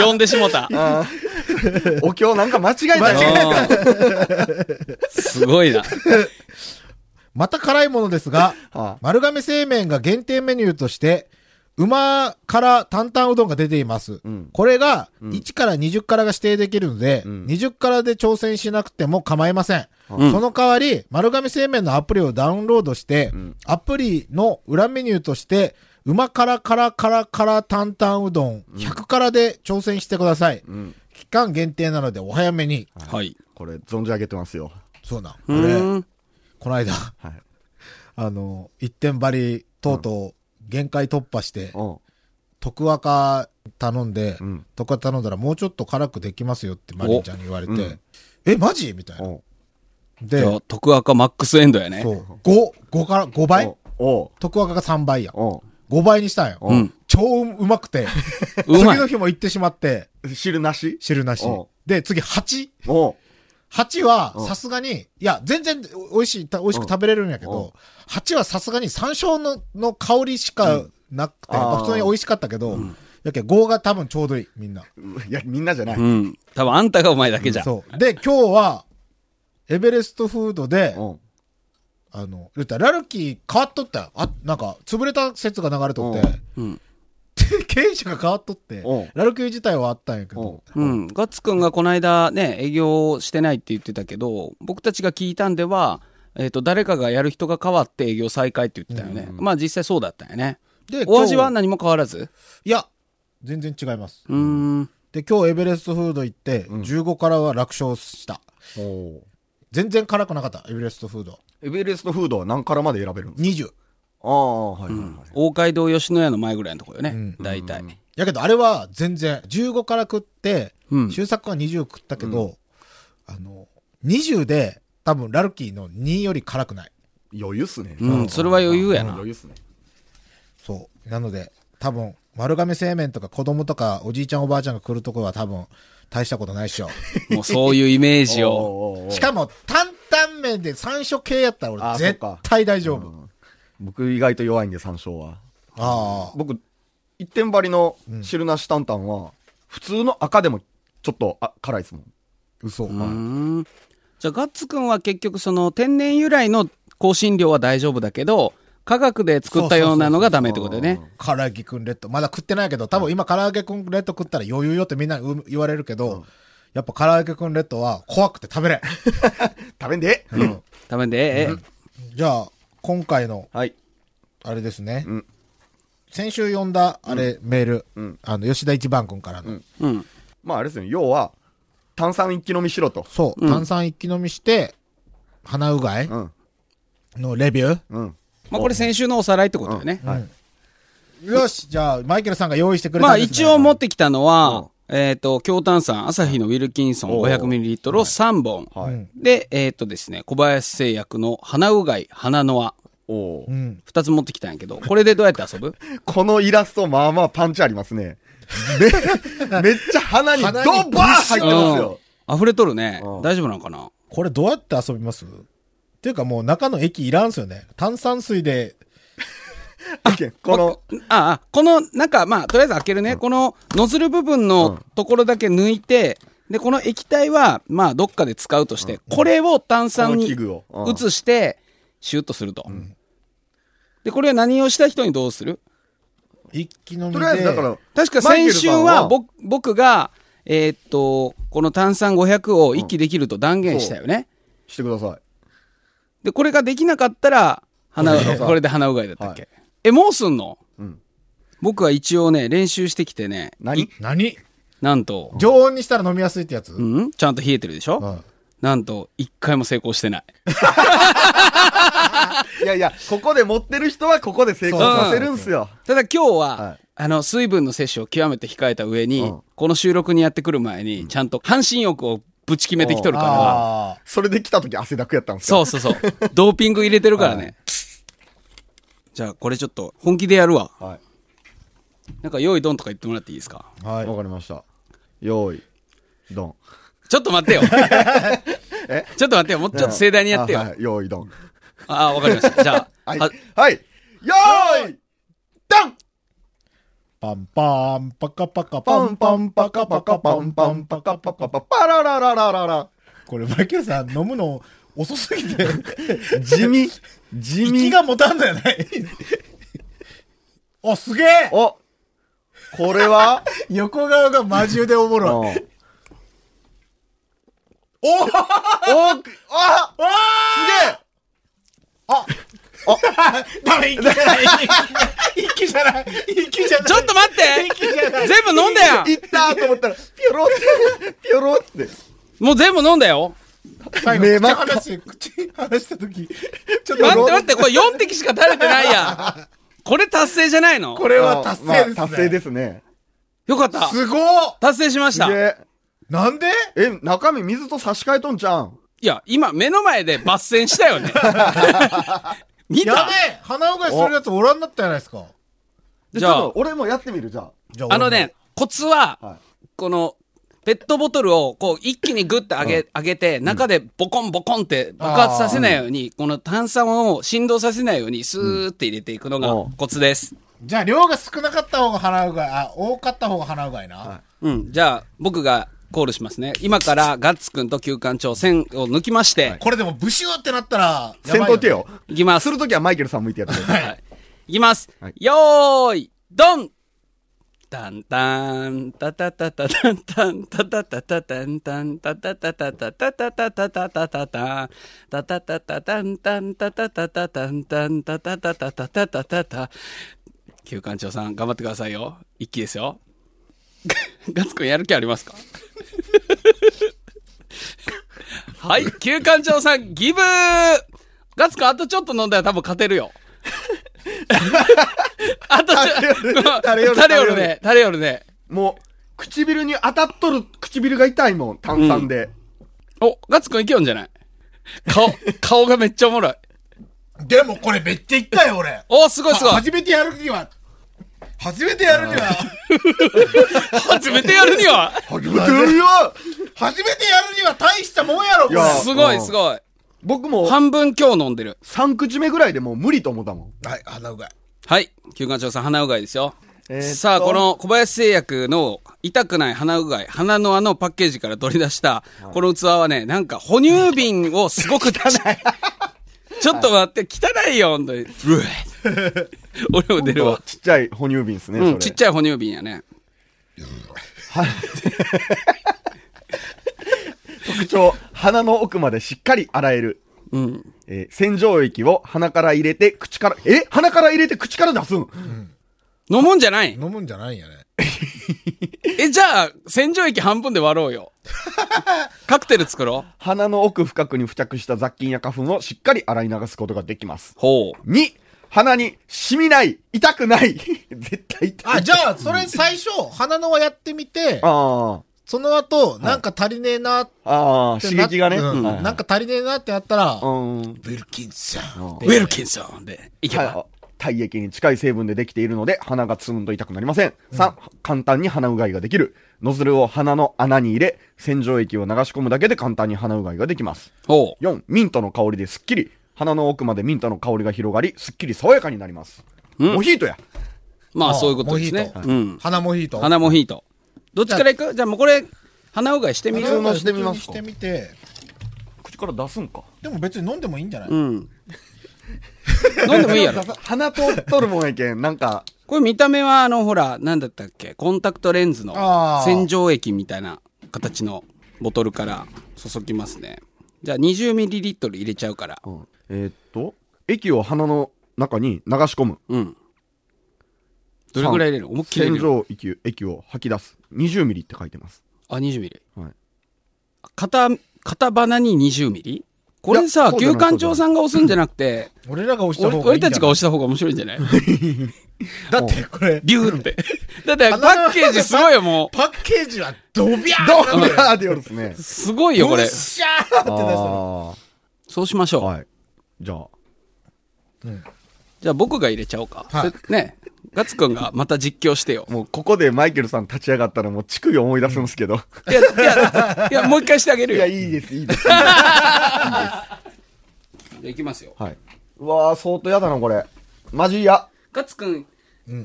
[SPEAKER 3] 呼んでしもた。
[SPEAKER 4] お経なんか間違えたよ。
[SPEAKER 3] うんすごいな。
[SPEAKER 2] また辛いものですが、
[SPEAKER 4] は
[SPEAKER 2] 丸亀製麺が限定メニューとして、馬から担々うどんが出ています。
[SPEAKER 4] うん
[SPEAKER 2] これが、1から20からが指定できるので、
[SPEAKER 4] ん
[SPEAKER 2] 20からで挑戦しなくても構いません。
[SPEAKER 3] うん
[SPEAKER 2] その代わり、丸亀製麺のアプリをダウンロードして、アプリの裏メニューとして、馬からからからから担々うどん100からで挑戦してください。
[SPEAKER 4] ん
[SPEAKER 2] 期間限定なのでお早めに。
[SPEAKER 3] はい。
[SPEAKER 4] これ、存じ上げてますよ。
[SPEAKER 2] そうなん。
[SPEAKER 3] う
[SPEAKER 2] 俺、
[SPEAKER 3] ん。
[SPEAKER 2] この間、
[SPEAKER 4] はい。
[SPEAKER 2] あの、一点張り、とうとう限界突破して、
[SPEAKER 4] お
[SPEAKER 2] 徳若頼んで、
[SPEAKER 4] うん
[SPEAKER 2] 徳若頼んだらもうちょっと辛くできますよってマリンちゃんに言われて、
[SPEAKER 4] おうん
[SPEAKER 2] え、マジみたいな。
[SPEAKER 4] お
[SPEAKER 2] で、
[SPEAKER 3] じゃあ徳赤マックスエンドやね。
[SPEAKER 2] そう。5、5から、5倍
[SPEAKER 4] おう
[SPEAKER 2] 徳若が3倍や。
[SPEAKER 4] お
[SPEAKER 2] 5倍にしたんよ。
[SPEAKER 4] う
[SPEAKER 3] うん。
[SPEAKER 2] 超うまくて。
[SPEAKER 3] うま
[SPEAKER 2] 次
[SPEAKER 3] い
[SPEAKER 2] の。日も行ってしまって、
[SPEAKER 4] う汁なし
[SPEAKER 2] 汁なし
[SPEAKER 4] お。
[SPEAKER 2] で、次8。
[SPEAKER 4] おう
[SPEAKER 2] 8は
[SPEAKER 4] うん、
[SPEAKER 2] さすがに、いや、全然美味しい、た美味しく食べれるんやけ
[SPEAKER 4] うん
[SPEAKER 2] ど、8はさすがに山椒の、の香りしかなくて、
[SPEAKER 4] あー
[SPEAKER 2] まあ普通に美味しかったけど、やけん5が多分ちょうどいい、みんな。
[SPEAKER 4] いや、みんなじゃない。
[SPEAKER 3] うん。多分あんたがお前だけじゃん。
[SPEAKER 2] そう。で、今日は、エベレストフードで、
[SPEAKER 4] おう
[SPEAKER 2] あの、言ったらラルキー変わっとったよ。あ、なんか、潰れた説が流れとっ
[SPEAKER 4] うん
[SPEAKER 2] て、
[SPEAKER 3] うん。
[SPEAKER 2] で 経営者が変わっとって
[SPEAKER 4] うん、
[SPEAKER 2] ラルキー自体はあったんやけど、
[SPEAKER 3] うん、ガッツくんがこの間ね、営業してないって言ってたけど、僕たちが聞いたんでは、えっ、と、誰かがやる人が変わって営業再開って言ってたよね。まあ実際そうだったよね。
[SPEAKER 2] で、
[SPEAKER 3] お味は
[SPEAKER 2] 今
[SPEAKER 3] 何も変わらず
[SPEAKER 2] 日いや、全然違います。
[SPEAKER 3] うーん。
[SPEAKER 2] で、今日エベレストフード行って、15からは楽勝した。
[SPEAKER 4] おう
[SPEAKER 2] 全然辛くなかった、エベレストフード。
[SPEAKER 4] エベレストフードは何からまで選べるんですか
[SPEAKER 2] 20。
[SPEAKER 4] ああ、はいはいはい。
[SPEAKER 3] 大街道吉野家の前ぐらいのところよね、
[SPEAKER 2] うん
[SPEAKER 3] 大体。
[SPEAKER 2] やけど、あれは全然、15から食って、
[SPEAKER 3] うん
[SPEAKER 2] 周作は20食ったけど、あの、20で、多分ラルキーの2より辛くない。
[SPEAKER 4] 余裕っすね。
[SPEAKER 3] うんそれは余裕やな
[SPEAKER 4] 余裕っすね。
[SPEAKER 2] そう。なので、多分、丸亀製麺とか子供とかおじいちゃんおばあちゃんが来るとこは多分、大したことないっしょ。
[SPEAKER 3] もうそういうイメージ を。
[SPEAKER 4] おうおうおう
[SPEAKER 2] しかも、担々麺で山椒系やったら
[SPEAKER 4] あ
[SPEAKER 2] 俺、
[SPEAKER 4] そっ
[SPEAKER 2] 絶
[SPEAKER 4] か
[SPEAKER 2] 対大丈夫。
[SPEAKER 4] 僕意外と弱いんで、山椒は。
[SPEAKER 2] ああ。
[SPEAKER 4] 僕、一点張りの汁なし担々は、普通の赤でもちょっとあ辛いですもん。
[SPEAKER 2] 嘘。
[SPEAKER 3] うーん。じゃあガッツくんは結局その天然由来の香辛料は大丈夫だけど、科学で作ったようなのがダメってことだよね。
[SPEAKER 2] 唐揚げくんレッド。まだ食ってないけど、多分今唐揚げくんレッド食ったら余裕よってみんなにう言われるけど、やっぱ唐揚げくんレッドは怖くて食べれん。
[SPEAKER 4] 食べんで
[SPEAKER 2] うん
[SPEAKER 3] ダメで、え
[SPEAKER 2] じゃあ、今回の、
[SPEAKER 4] はい。
[SPEAKER 2] あれですね。
[SPEAKER 4] うん
[SPEAKER 2] 先週読んだ、あれ、メール、
[SPEAKER 4] うん
[SPEAKER 2] あの、吉田一番くんからの。
[SPEAKER 4] うん
[SPEAKER 3] うん。
[SPEAKER 4] まああれですね、要は、炭酸一気飲みしろと。
[SPEAKER 2] そう、
[SPEAKER 3] うん
[SPEAKER 2] 炭酸一気飲みして、鼻うがい
[SPEAKER 4] うん。
[SPEAKER 2] のレビュー、
[SPEAKER 4] うん。
[SPEAKER 3] まあこれ先週のおさらいってことだよね。
[SPEAKER 4] はい。
[SPEAKER 2] よし、じゃあ、マイケルさんが用意してくれ
[SPEAKER 3] ま
[SPEAKER 2] たん
[SPEAKER 3] あ
[SPEAKER 2] です、ね。
[SPEAKER 3] 一応持ってきたのは、えっ、と、強炭酸、アサヒのウィルキンソン
[SPEAKER 4] おう
[SPEAKER 3] 500ml を3本。
[SPEAKER 4] はい。
[SPEAKER 2] うん
[SPEAKER 3] で、えっ、とですね、小林製薬の鼻うがい、鼻の輪。
[SPEAKER 4] おー
[SPEAKER 2] うん。
[SPEAKER 3] 二つ持ってきたんやけど、これでどうやって遊ぶ
[SPEAKER 4] このイラスト、まあまあパンチありますね。めめっちゃ鼻にドバ
[SPEAKER 2] 鼻
[SPEAKER 4] ー
[SPEAKER 2] に
[SPEAKER 4] 入ってますよ。
[SPEAKER 3] うん溢れとるね
[SPEAKER 4] うん。
[SPEAKER 3] 大丈夫なのかな
[SPEAKER 2] これどうやって遊びますっていうかもう中の液いらんすよね。炭酸水で、
[SPEAKER 4] OK この、
[SPEAKER 3] ああ、この、なんか、まあ、とりあえず開けるね。このノズル部分のところだけ抜いて、で、この液体は、まあ、どっかで使うとして、これを炭酸に
[SPEAKER 4] この器具をうん
[SPEAKER 3] 移して、シュッとすると。で、これは何をした人にどうする
[SPEAKER 2] 一気飲みで。
[SPEAKER 4] とりあえずだから、
[SPEAKER 3] 確か
[SPEAKER 4] マ
[SPEAKER 3] 先
[SPEAKER 4] イケルさ
[SPEAKER 3] 週
[SPEAKER 4] ん
[SPEAKER 3] は、僕僕が、えーっと、この炭酸500を一気できると断言したよね。
[SPEAKER 4] してくださ
[SPEAKER 3] で、これができなかったら、鼻うがい、
[SPEAKER 4] そう
[SPEAKER 3] これで鼻うがいだったっけ、
[SPEAKER 4] は
[SPEAKER 3] え、もうすんの
[SPEAKER 4] い。うん。
[SPEAKER 3] 僕は一応ね、練習してきてね、
[SPEAKER 4] 何
[SPEAKER 3] い
[SPEAKER 2] 何
[SPEAKER 3] なんと、
[SPEAKER 2] 常温にしたら飲みやすいってやつ、
[SPEAKER 3] うんちゃんと冷えてるでしょ、
[SPEAKER 2] はい
[SPEAKER 3] なんと、一回も成功してない。
[SPEAKER 4] いやいや、ここで持ってる人はここで成功させるんすよ。
[SPEAKER 3] ただ今日は、
[SPEAKER 4] はい
[SPEAKER 3] あの、水分の摂取を極めて控えた上に、
[SPEAKER 4] うん
[SPEAKER 3] この収録にやってくる前に、ちゃんと半身浴をぶち決めてきとるから、
[SPEAKER 2] あ
[SPEAKER 4] それで来た時汗だくやったんですか
[SPEAKER 3] そうそうそう。ドーピング入れてるからね。じゃあ、これちょっと、本気でやるわ。
[SPEAKER 4] はい。
[SPEAKER 3] なんか、用意ドンとか言ってもらっていいですか
[SPEAKER 2] あ。はい。
[SPEAKER 4] わかりました。用意、ドン。
[SPEAKER 3] ちょっと待 ってよ。ちょっと待ってよ。もうちょっと盛大にやってよ。
[SPEAKER 4] あ
[SPEAKER 3] あ、
[SPEAKER 4] はい、用意、ドン。
[SPEAKER 3] あ、わかりました。じゃあ、
[SPEAKER 4] はい
[SPEAKER 3] は。
[SPEAKER 4] はい。用意、ドン
[SPEAKER 2] パンパン、パカパカパ
[SPEAKER 4] パ
[SPEAKER 2] ン
[SPEAKER 4] ン
[SPEAKER 2] パ
[SPEAKER 4] パ
[SPEAKER 2] ン
[SPEAKER 4] ン
[SPEAKER 2] パ
[SPEAKER 4] パ
[SPEAKER 2] カパ
[SPEAKER 4] カ
[SPEAKER 2] カパ
[SPEAKER 4] パカパ
[SPEAKER 2] ン
[SPEAKER 4] ン
[SPEAKER 2] パ
[SPEAKER 4] パ
[SPEAKER 2] ン
[SPEAKER 4] ン
[SPEAKER 2] パ
[SPEAKER 4] パ
[SPEAKER 2] カパ
[SPEAKER 4] カパ
[SPEAKER 2] カ
[SPEAKER 4] カパパララララララ。
[SPEAKER 2] これ、マイケルさん飲むの遅すぎて、
[SPEAKER 4] 地味、地
[SPEAKER 2] 息
[SPEAKER 4] 味。
[SPEAKER 2] が持たんだよね。 お、すげえ
[SPEAKER 4] おこれは
[SPEAKER 2] 横顔が魔獣でおも
[SPEAKER 4] うん
[SPEAKER 2] ろい。
[SPEAKER 4] お
[SPEAKER 2] お
[SPEAKER 4] くあ
[SPEAKER 2] わああ ダメ、息じゃない。息じゃない。息じゃない。
[SPEAKER 3] ちょっと待 って全部飲んだや
[SPEAKER 4] すげえいったと思ったら、ピョロって、ピョロって。
[SPEAKER 3] んもう全部飲んだよ
[SPEAKER 2] 最後、
[SPEAKER 4] 目
[SPEAKER 2] 口
[SPEAKER 4] 真っ赤
[SPEAKER 2] 話して、口話したとき、ちょっと
[SPEAKER 3] 待っ
[SPEAKER 2] ロ
[SPEAKER 3] て待って、これ4滴しか垂れてないやんこれ達成じゃないの
[SPEAKER 2] これは達成ですね。
[SPEAKER 4] まあ達成ですね。
[SPEAKER 3] よかった
[SPEAKER 2] すごっ
[SPEAKER 3] 達成しまし
[SPEAKER 4] す
[SPEAKER 3] た
[SPEAKER 4] げえ。
[SPEAKER 2] なんで
[SPEAKER 4] え、中身水と差し替えとんじゃん。
[SPEAKER 3] いや、今、目の前で抜栓した よね。見
[SPEAKER 2] や
[SPEAKER 3] た
[SPEAKER 2] べえ鼻うがいするやつおらんなったじゃないですか。
[SPEAKER 4] で
[SPEAKER 3] じゃあ
[SPEAKER 4] ちょっと俺もやってみる、じゃあ。
[SPEAKER 2] じゃ
[SPEAKER 3] あのね、コツは、
[SPEAKER 4] はい
[SPEAKER 3] この、ペットボトルをこう一気にグッと上げ,、上げて、中でボコンボコンって爆発させないように、この炭酸を振動させないように、スーって入れていくのが
[SPEAKER 4] うん
[SPEAKER 3] コツです。
[SPEAKER 2] じゃあ量が少なかった方が鼻うがい、あ、多かった方が鼻うがいな。
[SPEAKER 3] うん、じゃあ、僕がコールしますね。今からガッツくんと旧館長、線を抜きまして、
[SPEAKER 2] これでもブシューってなったら、
[SPEAKER 4] 先頭行けよ。
[SPEAKER 3] い、きます。
[SPEAKER 4] するときはマイケルさん向いてやってください。
[SPEAKER 3] はい。いきます。
[SPEAKER 4] はい
[SPEAKER 3] よーい、ドンタンタン、タタタタタンタン、タタタタタンタン、タタタタタタタタタタタタタン、タタタタタンタン、タタタタタンタン、タタタタタタタタタ。旧館長さん、頑張ってくださいよ。一気ですよ。 ガツくんやる気ありますか はい、旧館長さん、ギブガツくん、あとちょっと飲んだら多分勝てるよ。 あとちょっと、
[SPEAKER 4] 垂れよる
[SPEAKER 3] 垂れよるね、垂れよるね。
[SPEAKER 4] もう、唇に当たっとる唇が痛いもん、炭酸で。
[SPEAKER 3] お、ガッツくんいけよんじゃない顔、顔がめっちゃおもろい。
[SPEAKER 2] でもこれめっちゃ痛いよ俺。
[SPEAKER 3] お、すごいすごい。
[SPEAKER 2] 初めてやるには、初めてやるには、
[SPEAKER 3] 初めてやるには。
[SPEAKER 4] 始めてやるよ
[SPEAKER 2] 初めてやるには大したもんやろ、これ
[SPEAKER 4] いや
[SPEAKER 3] すごいすごい。
[SPEAKER 4] 僕も
[SPEAKER 3] 半分今日飲んでる。
[SPEAKER 4] 3口目ぐらいでもう無理と思ったもん。
[SPEAKER 2] はい、鼻うがい。
[SPEAKER 3] はい。休館長さん、鼻うがいですよ。
[SPEAKER 4] えーっと
[SPEAKER 3] さあ、この小林製薬の痛くない鼻うがい、鼻のあのパッケージから取り出した、この器はね、なんか哺乳瓶をすごく汚い。ちょっと待って、汚いよ、本当に。うえ俺も出るわ。
[SPEAKER 4] ちっちゃい哺乳瓶ですね、
[SPEAKER 3] う
[SPEAKER 4] そ
[SPEAKER 3] ん、
[SPEAKER 4] れ。
[SPEAKER 3] ちっちゃい哺乳瓶やね。
[SPEAKER 4] 特徴、鼻の奥までしっかり洗える。
[SPEAKER 3] うん。
[SPEAKER 4] えー洗浄液を鼻から入れて、口から、え鼻から入れて口から出すん、
[SPEAKER 3] 飲むんじゃない
[SPEAKER 2] 飲むんじゃないんやね。
[SPEAKER 3] え、じゃあ、洗浄液半分で割ろうよ。カクテル作ろう。
[SPEAKER 4] 鼻の奥深くに付着した雑菌や花粉をしっかり洗い流すことができます。
[SPEAKER 3] ほう。
[SPEAKER 4] 2、鼻に染みない、痛くない。 絶対痛い。
[SPEAKER 2] あ、じゃあ、それ最初、鼻のはやってみて、
[SPEAKER 4] あ
[SPEAKER 2] その後、なんか足りねえなっ
[SPEAKER 4] あ、ああ、
[SPEAKER 2] て
[SPEAKER 4] 刺
[SPEAKER 2] な
[SPEAKER 4] 激がね。
[SPEAKER 2] うん
[SPEAKER 4] はいはい
[SPEAKER 2] なんか足りねえなってやったら
[SPEAKER 4] う、ん。
[SPEAKER 2] ウィルキンさん。
[SPEAKER 3] ウェルキンソンで、いけば。
[SPEAKER 4] はい体液に近い成分でできているので、鼻がつむんと痛くなりません。3、簡単に鼻うがいができる。ノズルを鼻の穴に入れ、洗浄液を流し込むだけで簡単に鼻うがいができます。
[SPEAKER 3] ほう。
[SPEAKER 4] 4、ミントの香りですっきり。鼻の奥までミントの香りが広がり、すっきり爽やかになります。モヒートや。
[SPEAKER 3] まあ、
[SPEAKER 2] あ
[SPEAKER 3] そういうことですね。
[SPEAKER 2] モヒー
[SPEAKER 3] う
[SPEAKER 2] ト
[SPEAKER 3] ん。
[SPEAKER 2] 鼻モヒート。
[SPEAKER 3] 鼻モヒート。どっちからいくじゃあもうこれ、鼻うがいしてみ
[SPEAKER 2] 鼻
[SPEAKER 3] る
[SPEAKER 4] 普通
[SPEAKER 2] うがい
[SPEAKER 4] のしてみます
[SPEAKER 2] 普
[SPEAKER 4] か
[SPEAKER 2] 通にしてみて、
[SPEAKER 4] 口から出すんか。
[SPEAKER 2] でも別に飲んでもいいんじゃない
[SPEAKER 3] うん。飲んでもいいやろ。
[SPEAKER 4] 鼻通っとるもんやけん、なんか、
[SPEAKER 3] これ見た目は、あの、ほら、なんだったっけコンタクトレンズの
[SPEAKER 2] あー
[SPEAKER 3] 洗浄液みたいな形のボトルから注ぎますね。じゃあ 20ml 入れちゃうから。
[SPEAKER 4] えーっと、液を鼻の中に流し込む。
[SPEAKER 3] うん。どれぐらい入れる思いっきり入れ
[SPEAKER 4] 洗
[SPEAKER 3] る。
[SPEAKER 4] 浄液液を吐き出す。20ミリって書いてます。
[SPEAKER 3] あ、20ミリ。
[SPEAKER 4] はい。
[SPEAKER 3] 片、片鼻に20ミリこれ
[SPEAKER 4] い
[SPEAKER 3] さ
[SPEAKER 4] や、そうじゃ
[SPEAKER 3] 旧
[SPEAKER 4] ない
[SPEAKER 3] 館長さんが押すんじゃなくて、
[SPEAKER 2] 俺らが押した
[SPEAKER 3] 俺
[SPEAKER 2] 方がい
[SPEAKER 3] 俺
[SPEAKER 2] いんじゃ
[SPEAKER 3] た
[SPEAKER 2] な
[SPEAKER 3] ち
[SPEAKER 2] い
[SPEAKER 3] が押した方が面白いんじゃない
[SPEAKER 2] だってこれ、
[SPEAKER 3] ビューって。 だってパッケージすごいよ、も
[SPEAKER 2] パッケージはドビャー
[SPEAKER 4] ド
[SPEAKER 2] ン
[SPEAKER 4] ン ガーってやるっすね
[SPEAKER 3] う。。すごいよ、こ
[SPEAKER 2] よ
[SPEAKER 3] れ
[SPEAKER 2] っ。しゃーって出したの。
[SPEAKER 4] あ
[SPEAKER 3] そうしまし
[SPEAKER 4] ー
[SPEAKER 3] ょう。
[SPEAKER 4] はい。じゃあ、
[SPEAKER 3] じゃあ僕が入れちゃおうか。
[SPEAKER 2] はい
[SPEAKER 3] それね。ガツくんがまた実況してよ。
[SPEAKER 4] もうここでマイケルさん立ち上がったらもう乳首思い出すんですけど。
[SPEAKER 3] いや、いや、いや、もう一回してあげる
[SPEAKER 4] い
[SPEAKER 3] よ。
[SPEAKER 4] や、
[SPEAKER 3] じゃ
[SPEAKER 4] いいです、いいです。
[SPEAKER 3] あ行きますよ。
[SPEAKER 4] はい。うわー、相当やだな、これ。マジや。
[SPEAKER 3] ガツくん、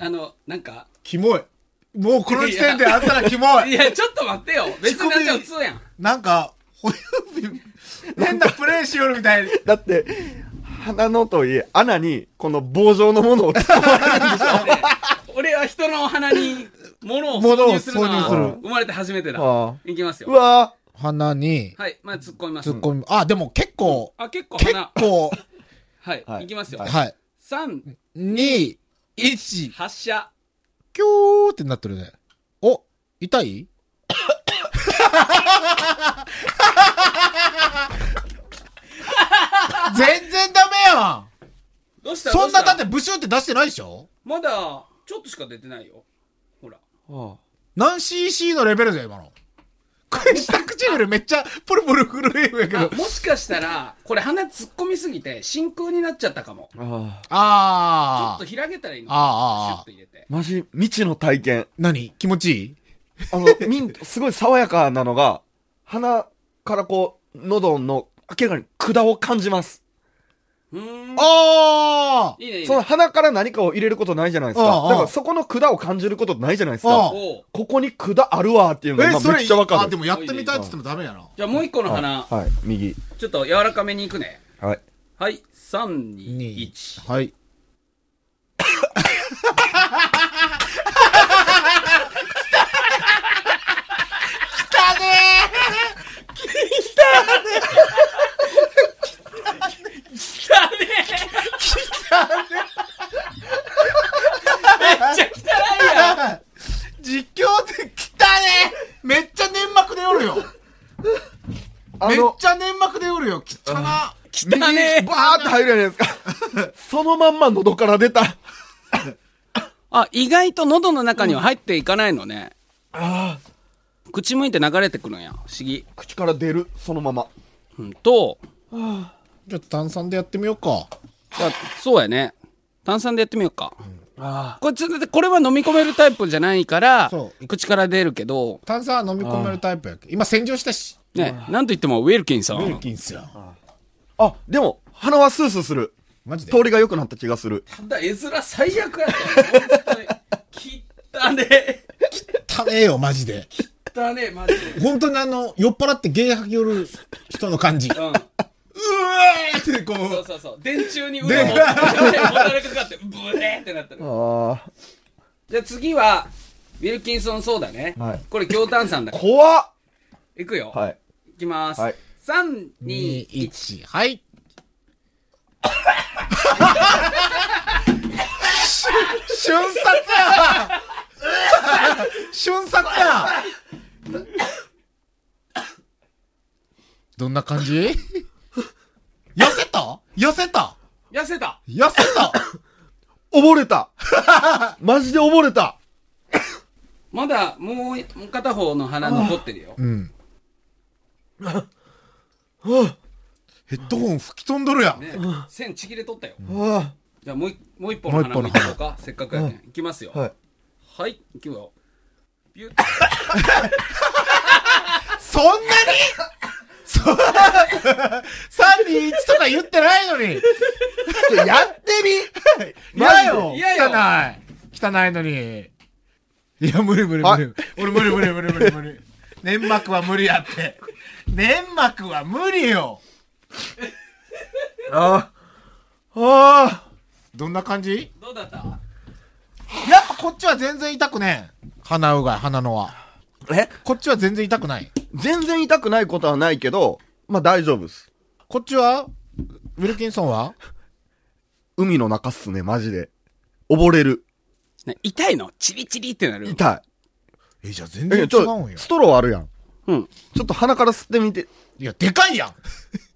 [SPEAKER 3] あの、なんか、
[SPEAKER 2] キモい。もうこの時点であったらキモ
[SPEAKER 3] い
[SPEAKER 2] い。
[SPEAKER 3] や、ちょっと待ってよ。別になんか普通やん。
[SPEAKER 2] なんか、保有日、変なプレイしよるみたいに。
[SPEAKER 4] だって、鼻のといえ、穴に、この棒状のものを突っ込まれるんでし
[SPEAKER 3] 俺は人の鼻に物を
[SPEAKER 2] 物
[SPEAKER 3] 挿
[SPEAKER 2] を
[SPEAKER 3] 入するの
[SPEAKER 2] 挿入す
[SPEAKER 3] は
[SPEAKER 2] る
[SPEAKER 3] 生まれて初めてだ
[SPEAKER 4] あ。
[SPEAKER 3] いきます
[SPEAKER 4] ょ。う
[SPEAKER 3] よ。
[SPEAKER 4] わ
[SPEAKER 2] 鼻に、
[SPEAKER 3] はい、まあ突っ込みます
[SPEAKER 2] 突っ。込み、あ、でも結構、
[SPEAKER 3] あ、結構
[SPEAKER 2] 結
[SPEAKER 3] 鼻。
[SPEAKER 2] 構、
[SPEAKER 3] はい、
[SPEAKER 4] はい
[SPEAKER 3] いきますよ。
[SPEAKER 2] はい。
[SPEAKER 3] 三
[SPEAKER 2] 2、1、
[SPEAKER 3] 発射。
[SPEAKER 2] キョーってなってるね。お、痛 い全然ダメやん
[SPEAKER 3] どうした
[SPEAKER 2] そんなだっ、て
[SPEAKER 3] ど
[SPEAKER 2] ブ
[SPEAKER 3] うした
[SPEAKER 2] シューって出してないでしょ
[SPEAKER 3] まだ、ちょっとしか出てないよ。ほら。
[SPEAKER 4] ー
[SPEAKER 2] 何 cc のレベルだよ、今の。これ下唇めっちゃプルプル震えるんやけど
[SPEAKER 3] あ。もしかしたら、これ鼻突っ込みすぎて真空になっちゃったかも。ち
[SPEAKER 4] ああ、
[SPEAKER 2] あ
[SPEAKER 3] ょっ
[SPEAKER 2] ー
[SPEAKER 3] と。開けたらいいの
[SPEAKER 2] ああああ
[SPEAKER 3] シュッと入れて。
[SPEAKER 4] マジ、未知の体験。
[SPEAKER 2] 何気持ちいい
[SPEAKER 4] あの、ミント、すごい爽やかなのが、鼻からこう、喉の、明らかに管を感じます。
[SPEAKER 3] うーん。
[SPEAKER 2] あー
[SPEAKER 3] いいね、いい
[SPEAKER 4] その
[SPEAKER 3] ね。
[SPEAKER 4] 鼻から何かを入れることないじゃないです
[SPEAKER 2] あ
[SPEAKER 4] か。
[SPEAKER 2] あ
[SPEAKER 4] だからそこの管を感じることないじゃないです
[SPEAKER 2] あ
[SPEAKER 4] か
[SPEAKER 2] あ。
[SPEAKER 3] おう
[SPEAKER 4] ここに管あるわっていうのが
[SPEAKER 2] え、そ
[SPEAKER 4] 今
[SPEAKER 2] れ
[SPEAKER 4] めっちゃわか
[SPEAKER 2] あ、で
[SPEAKER 4] る。
[SPEAKER 2] もやってみたいって言ってもダメやな。
[SPEAKER 3] じゃあもう一個の
[SPEAKER 4] はい
[SPEAKER 3] 鼻、
[SPEAKER 4] はい、右。
[SPEAKER 3] ちょっと柔らかめにいくね。
[SPEAKER 4] はい。
[SPEAKER 3] はい、3、2、1。
[SPEAKER 2] はい。
[SPEAKER 3] 来たね来たねめっちゃ汚いやん
[SPEAKER 2] 実況で来たねめっちゃ粘膜でおるよ
[SPEAKER 4] あ
[SPEAKER 2] めっ
[SPEAKER 4] の、
[SPEAKER 2] ちゃ粘膜でおるよ汚な
[SPEAKER 4] 右にバ
[SPEAKER 3] 汚ねえ
[SPEAKER 4] ーって入るじゃないです か。そのまんま喉から出た。
[SPEAKER 3] あ、意外と喉の中には入っていかないのね。
[SPEAKER 4] ああ、
[SPEAKER 3] 口向いて流れてくるんや。不思議。
[SPEAKER 4] 口から出る、そのまま。
[SPEAKER 3] うん、と、
[SPEAKER 2] じゃあ炭酸でやってみようか。
[SPEAKER 3] じゃあそうやね。炭酸でやってみようか。こいつ、だってこれは飲み込めるタイプじゃないから
[SPEAKER 2] そ、
[SPEAKER 3] 口から出るけど、
[SPEAKER 2] 炭酸は飲み込めるタイプやけど。今洗浄したし。
[SPEAKER 3] ね、なんといってもウェルキンさ
[SPEAKER 2] ウェル
[SPEAKER 3] ん。
[SPEAKER 2] キンスや。
[SPEAKER 4] あ、でも、鼻はスースーする。
[SPEAKER 2] マジで
[SPEAKER 4] 通りが良くなった気がする。
[SPEAKER 3] ただ絵面最悪やったよ。きったね。
[SPEAKER 2] 汚ねえよ、マジで。
[SPEAKER 3] たね、マジで。
[SPEAKER 2] 本当にあの、酔っ払って芸吐き寄る人の感じ。うわ
[SPEAKER 3] うん。
[SPEAKER 2] ーってこ
[SPEAKER 3] そう
[SPEAKER 2] う、
[SPEAKER 3] そうそう。電柱に腕を持って、働かかって、ブレーってなってる。
[SPEAKER 4] ああ、
[SPEAKER 3] じゃあ次は、ウィルキンソンソーダね。
[SPEAKER 4] はい
[SPEAKER 3] これ、強炭酸だ。
[SPEAKER 4] 怖っ
[SPEAKER 3] いくよ。
[SPEAKER 4] はい。
[SPEAKER 3] いきます。
[SPEAKER 4] はい
[SPEAKER 3] 3、2、
[SPEAKER 2] 2、
[SPEAKER 3] 1。
[SPEAKER 2] 1、はい。瞬殺や瞬殺やどんな感じ痩せた痩せた
[SPEAKER 3] 痩せた
[SPEAKER 2] 痩せた
[SPEAKER 4] 溺れた マジで溺れた
[SPEAKER 3] まだ、もう、もう片方の鼻残ってるよ。
[SPEAKER 2] うん。ヘッドホン吹き飛んどるやん。
[SPEAKER 3] ね、線ちぎれとったよ。
[SPEAKER 4] あ
[SPEAKER 3] じゃあもうい、もう一本の鼻
[SPEAKER 2] も
[SPEAKER 3] 抜
[SPEAKER 2] う
[SPEAKER 3] い
[SPEAKER 2] 一本の鼻
[SPEAKER 3] ていこうか。せっかくやね。いきますよ。
[SPEAKER 4] あはい。
[SPEAKER 3] はい、いくよ。ビュッ。
[SPEAKER 2] そんなに そ !3、2、1とか言ってないのに
[SPEAKER 4] ちょやってみ
[SPEAKER 2] 嫌よ
[SPEAKER 3] 嫌よ
[SPEAKER 2] 汚い汚いのにいや、無理無理無
[SPEAKER 4] は
[SPEAKER 2] 理
[SPEAKER 4] い。
[SPEAKER 2] 俺無理無理無理無理無理。粘膜は無理やって。粘膜は無理よ
[SPEAKER 4] ああ。ああ。
[SPEAKER 2] どんな感じ
[SPEAKER 3] どうだった
[SPEAKER 2] やっぱこっちは全然痛くねえ。鼻うがい、鼻のは。
[SPEAKER 4] え
[SPEAKER 2] こっちは全然痛くない。
[SPEAKER 4] 全然痛くないことはないけど、まあ大丈夫っす。
[SPEAKER 2] こっちはウィルキンソンは
[SPEAKER 4] 海の中っすね、マジで。溺れる。
[SPEAKER 3] ね痛いのチリチリってなる。
[SPEAKER 4] 痛
[SPEAKER 2] え、じゃあ全
[SPEAKER 4] い。
[SPEAKER 2] 然違
[SPEAKER 4] え、
[SPEAKER 2] う
[SPEAKER 4] ちょ
[SPEAKER 2] ん、よ。
[SPEAKER 4] ストローあるやん。
[SPEAKER 3] うん。
[SPEAKER 4] ちょっと鼻から吸ってみて。
[SPEAKER 2] いや、でかいやん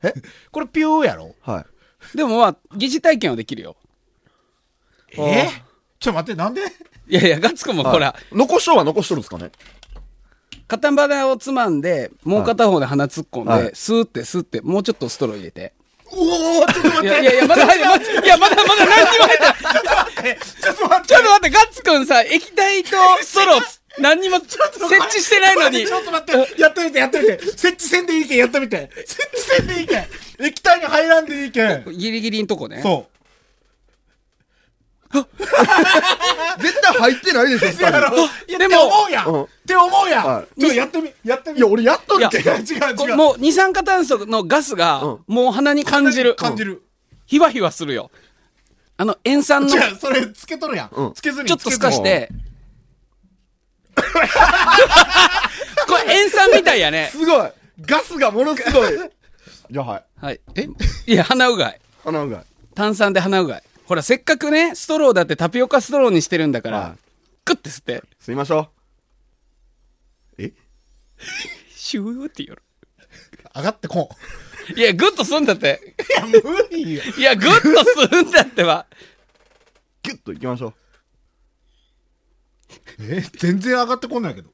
[SPEAKER 4] え
[SPEAKER 2] これピューやろ
[SPEAKER 4] はい。
[SPEAKER 3] でもまあ、疑似体験はできるよ。
[SPEAKER 2] えちょっと待って、なんで
[SPEAKER 3] いやいや、ガッツくんも
[SPEAKER 4] はい
[SPEAKER 3] ほら、。
[SPEAKER 4] 残しとるは残しとるんですかね
[SPEAKER 3] 片鼻をつまんで、もう片方で鼻突っ込んで、
[SPEAKER 4] はい
[SPEAKER 3] スーってスーって、もうちょっとストロー入れて。
[SPEAKER 2] おおちょっと待っ
[SPEAKER 3] いやいやいや、まだ入って、まだ、いや、まだまだ何にも入ってない。
[SPEAKER 2] て、 ちょっと待って、
[SPEAKER 3] ちょっと待って、ガッツくんさ、液体とストロー、何にも設置してないの に
[SPEAKER 2] ち。ょっと待って、やってみて、やってみて。設置せんでいいけん、やってみて。設置せんでいいけん。液体に入らんでいいけん。
[SPEAKER 3] ギリギリのとこね。
[SPEAKER 2] そう。
[SPEAKER 4] 絶対入ってないでしょ、
[SPEAKER 2] い や
[SPEAKER 4] 二人
[SPEAKER 2] ろいや
[SPEAKER 3] で
[SPEAKER 2] で
[SPEAKER 3] も
[SPEAKER 2] も、って思うやん。
[SPEAKER 4] うん
[SPEAKER 2] って思うやん。
[SPEAKER 4] は
[SPEAKER 2] ちょっとやってみ、やってみ。
[SPEAKER 4] いや、俺やっとる け
[SPEAKER 2] 違う違う
[SPEAKER 3] こ
[SPEAKER 2] 違
[SPEAKER 3] れ
[SPEAKER 2] う。
[SPEAKER 3] もう二酸化炭素のガスが、
[SPEAKER 4] うん
[SPEAKER 3] もう鼻に感じる。
[SPEAKER 2] 感じる。
[SPEAKER 3] ひわひわするよ。あの、塩酸の、ち
[SPEAKER 2] 違う、それ、つけとるや
[SPEAKER 4] うん
[SPEAKER 2] ん。つけずに。
[SPEAKER 3] ょっと
[SPEAKER 2] つけ
[SPEAKER 3] 透か
[SPEAKER 2] ず
[SPEAKER 3] し
[SPEAKER 2] に
[SPEAKER 3] て。 これ塩酸みたいやね。
[SPEAKER 4] すごいガスがものすごい じゃあはい。
[SPEAKER 3] はい。えいや、鼻うがい。
[SPEAKER 4] 鼻うがい。
[SPEAKER 3] 炭酸で鼻うがい。ほら、せっかくね、ストローだってタピオカストローにしてるんだから、
[SPEAKER 4] はい
[SPEAKER 3] クッて吸って、
[SPEAKER 4] 吸いましょう。え
[SPEAKER 3] シューって言う。
[SPEAKER 2] 上がってこ
[SPEAKER 3] いや、グッとすんだって。
[SPEAKER 2] ん。い や、無理よ。
[SPEAKER 3] いや、グッとすんだってば。
[SPEAKER 4] ギュッといきましょう。
[SPEAKER 2] え、全然上がってこんないけど。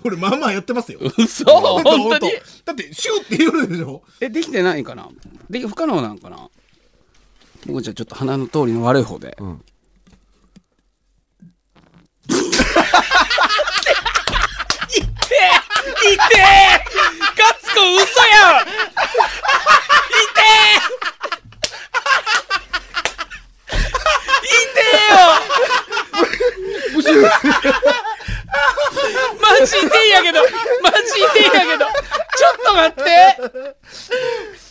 [SPEAKER 5] これまあまあやってますよ。
[SPEAKER 3] 嘘
[SPEAKER 5] だっ
[SPEAKER 3] 本
[SPEAKER 5] て
[SPEAKER 3] 当に
[SPEAKER 5] だって、シューって言うでしょ
[SPEAKER 3] え、できてないんかなでき、不可能なんかな僕じゃあちょっと鼻の通りの悪い方で。いてえいてえガッツコ嘘やんいてえいてえよ マジいてんやけどマジいてんやけどちょっと待って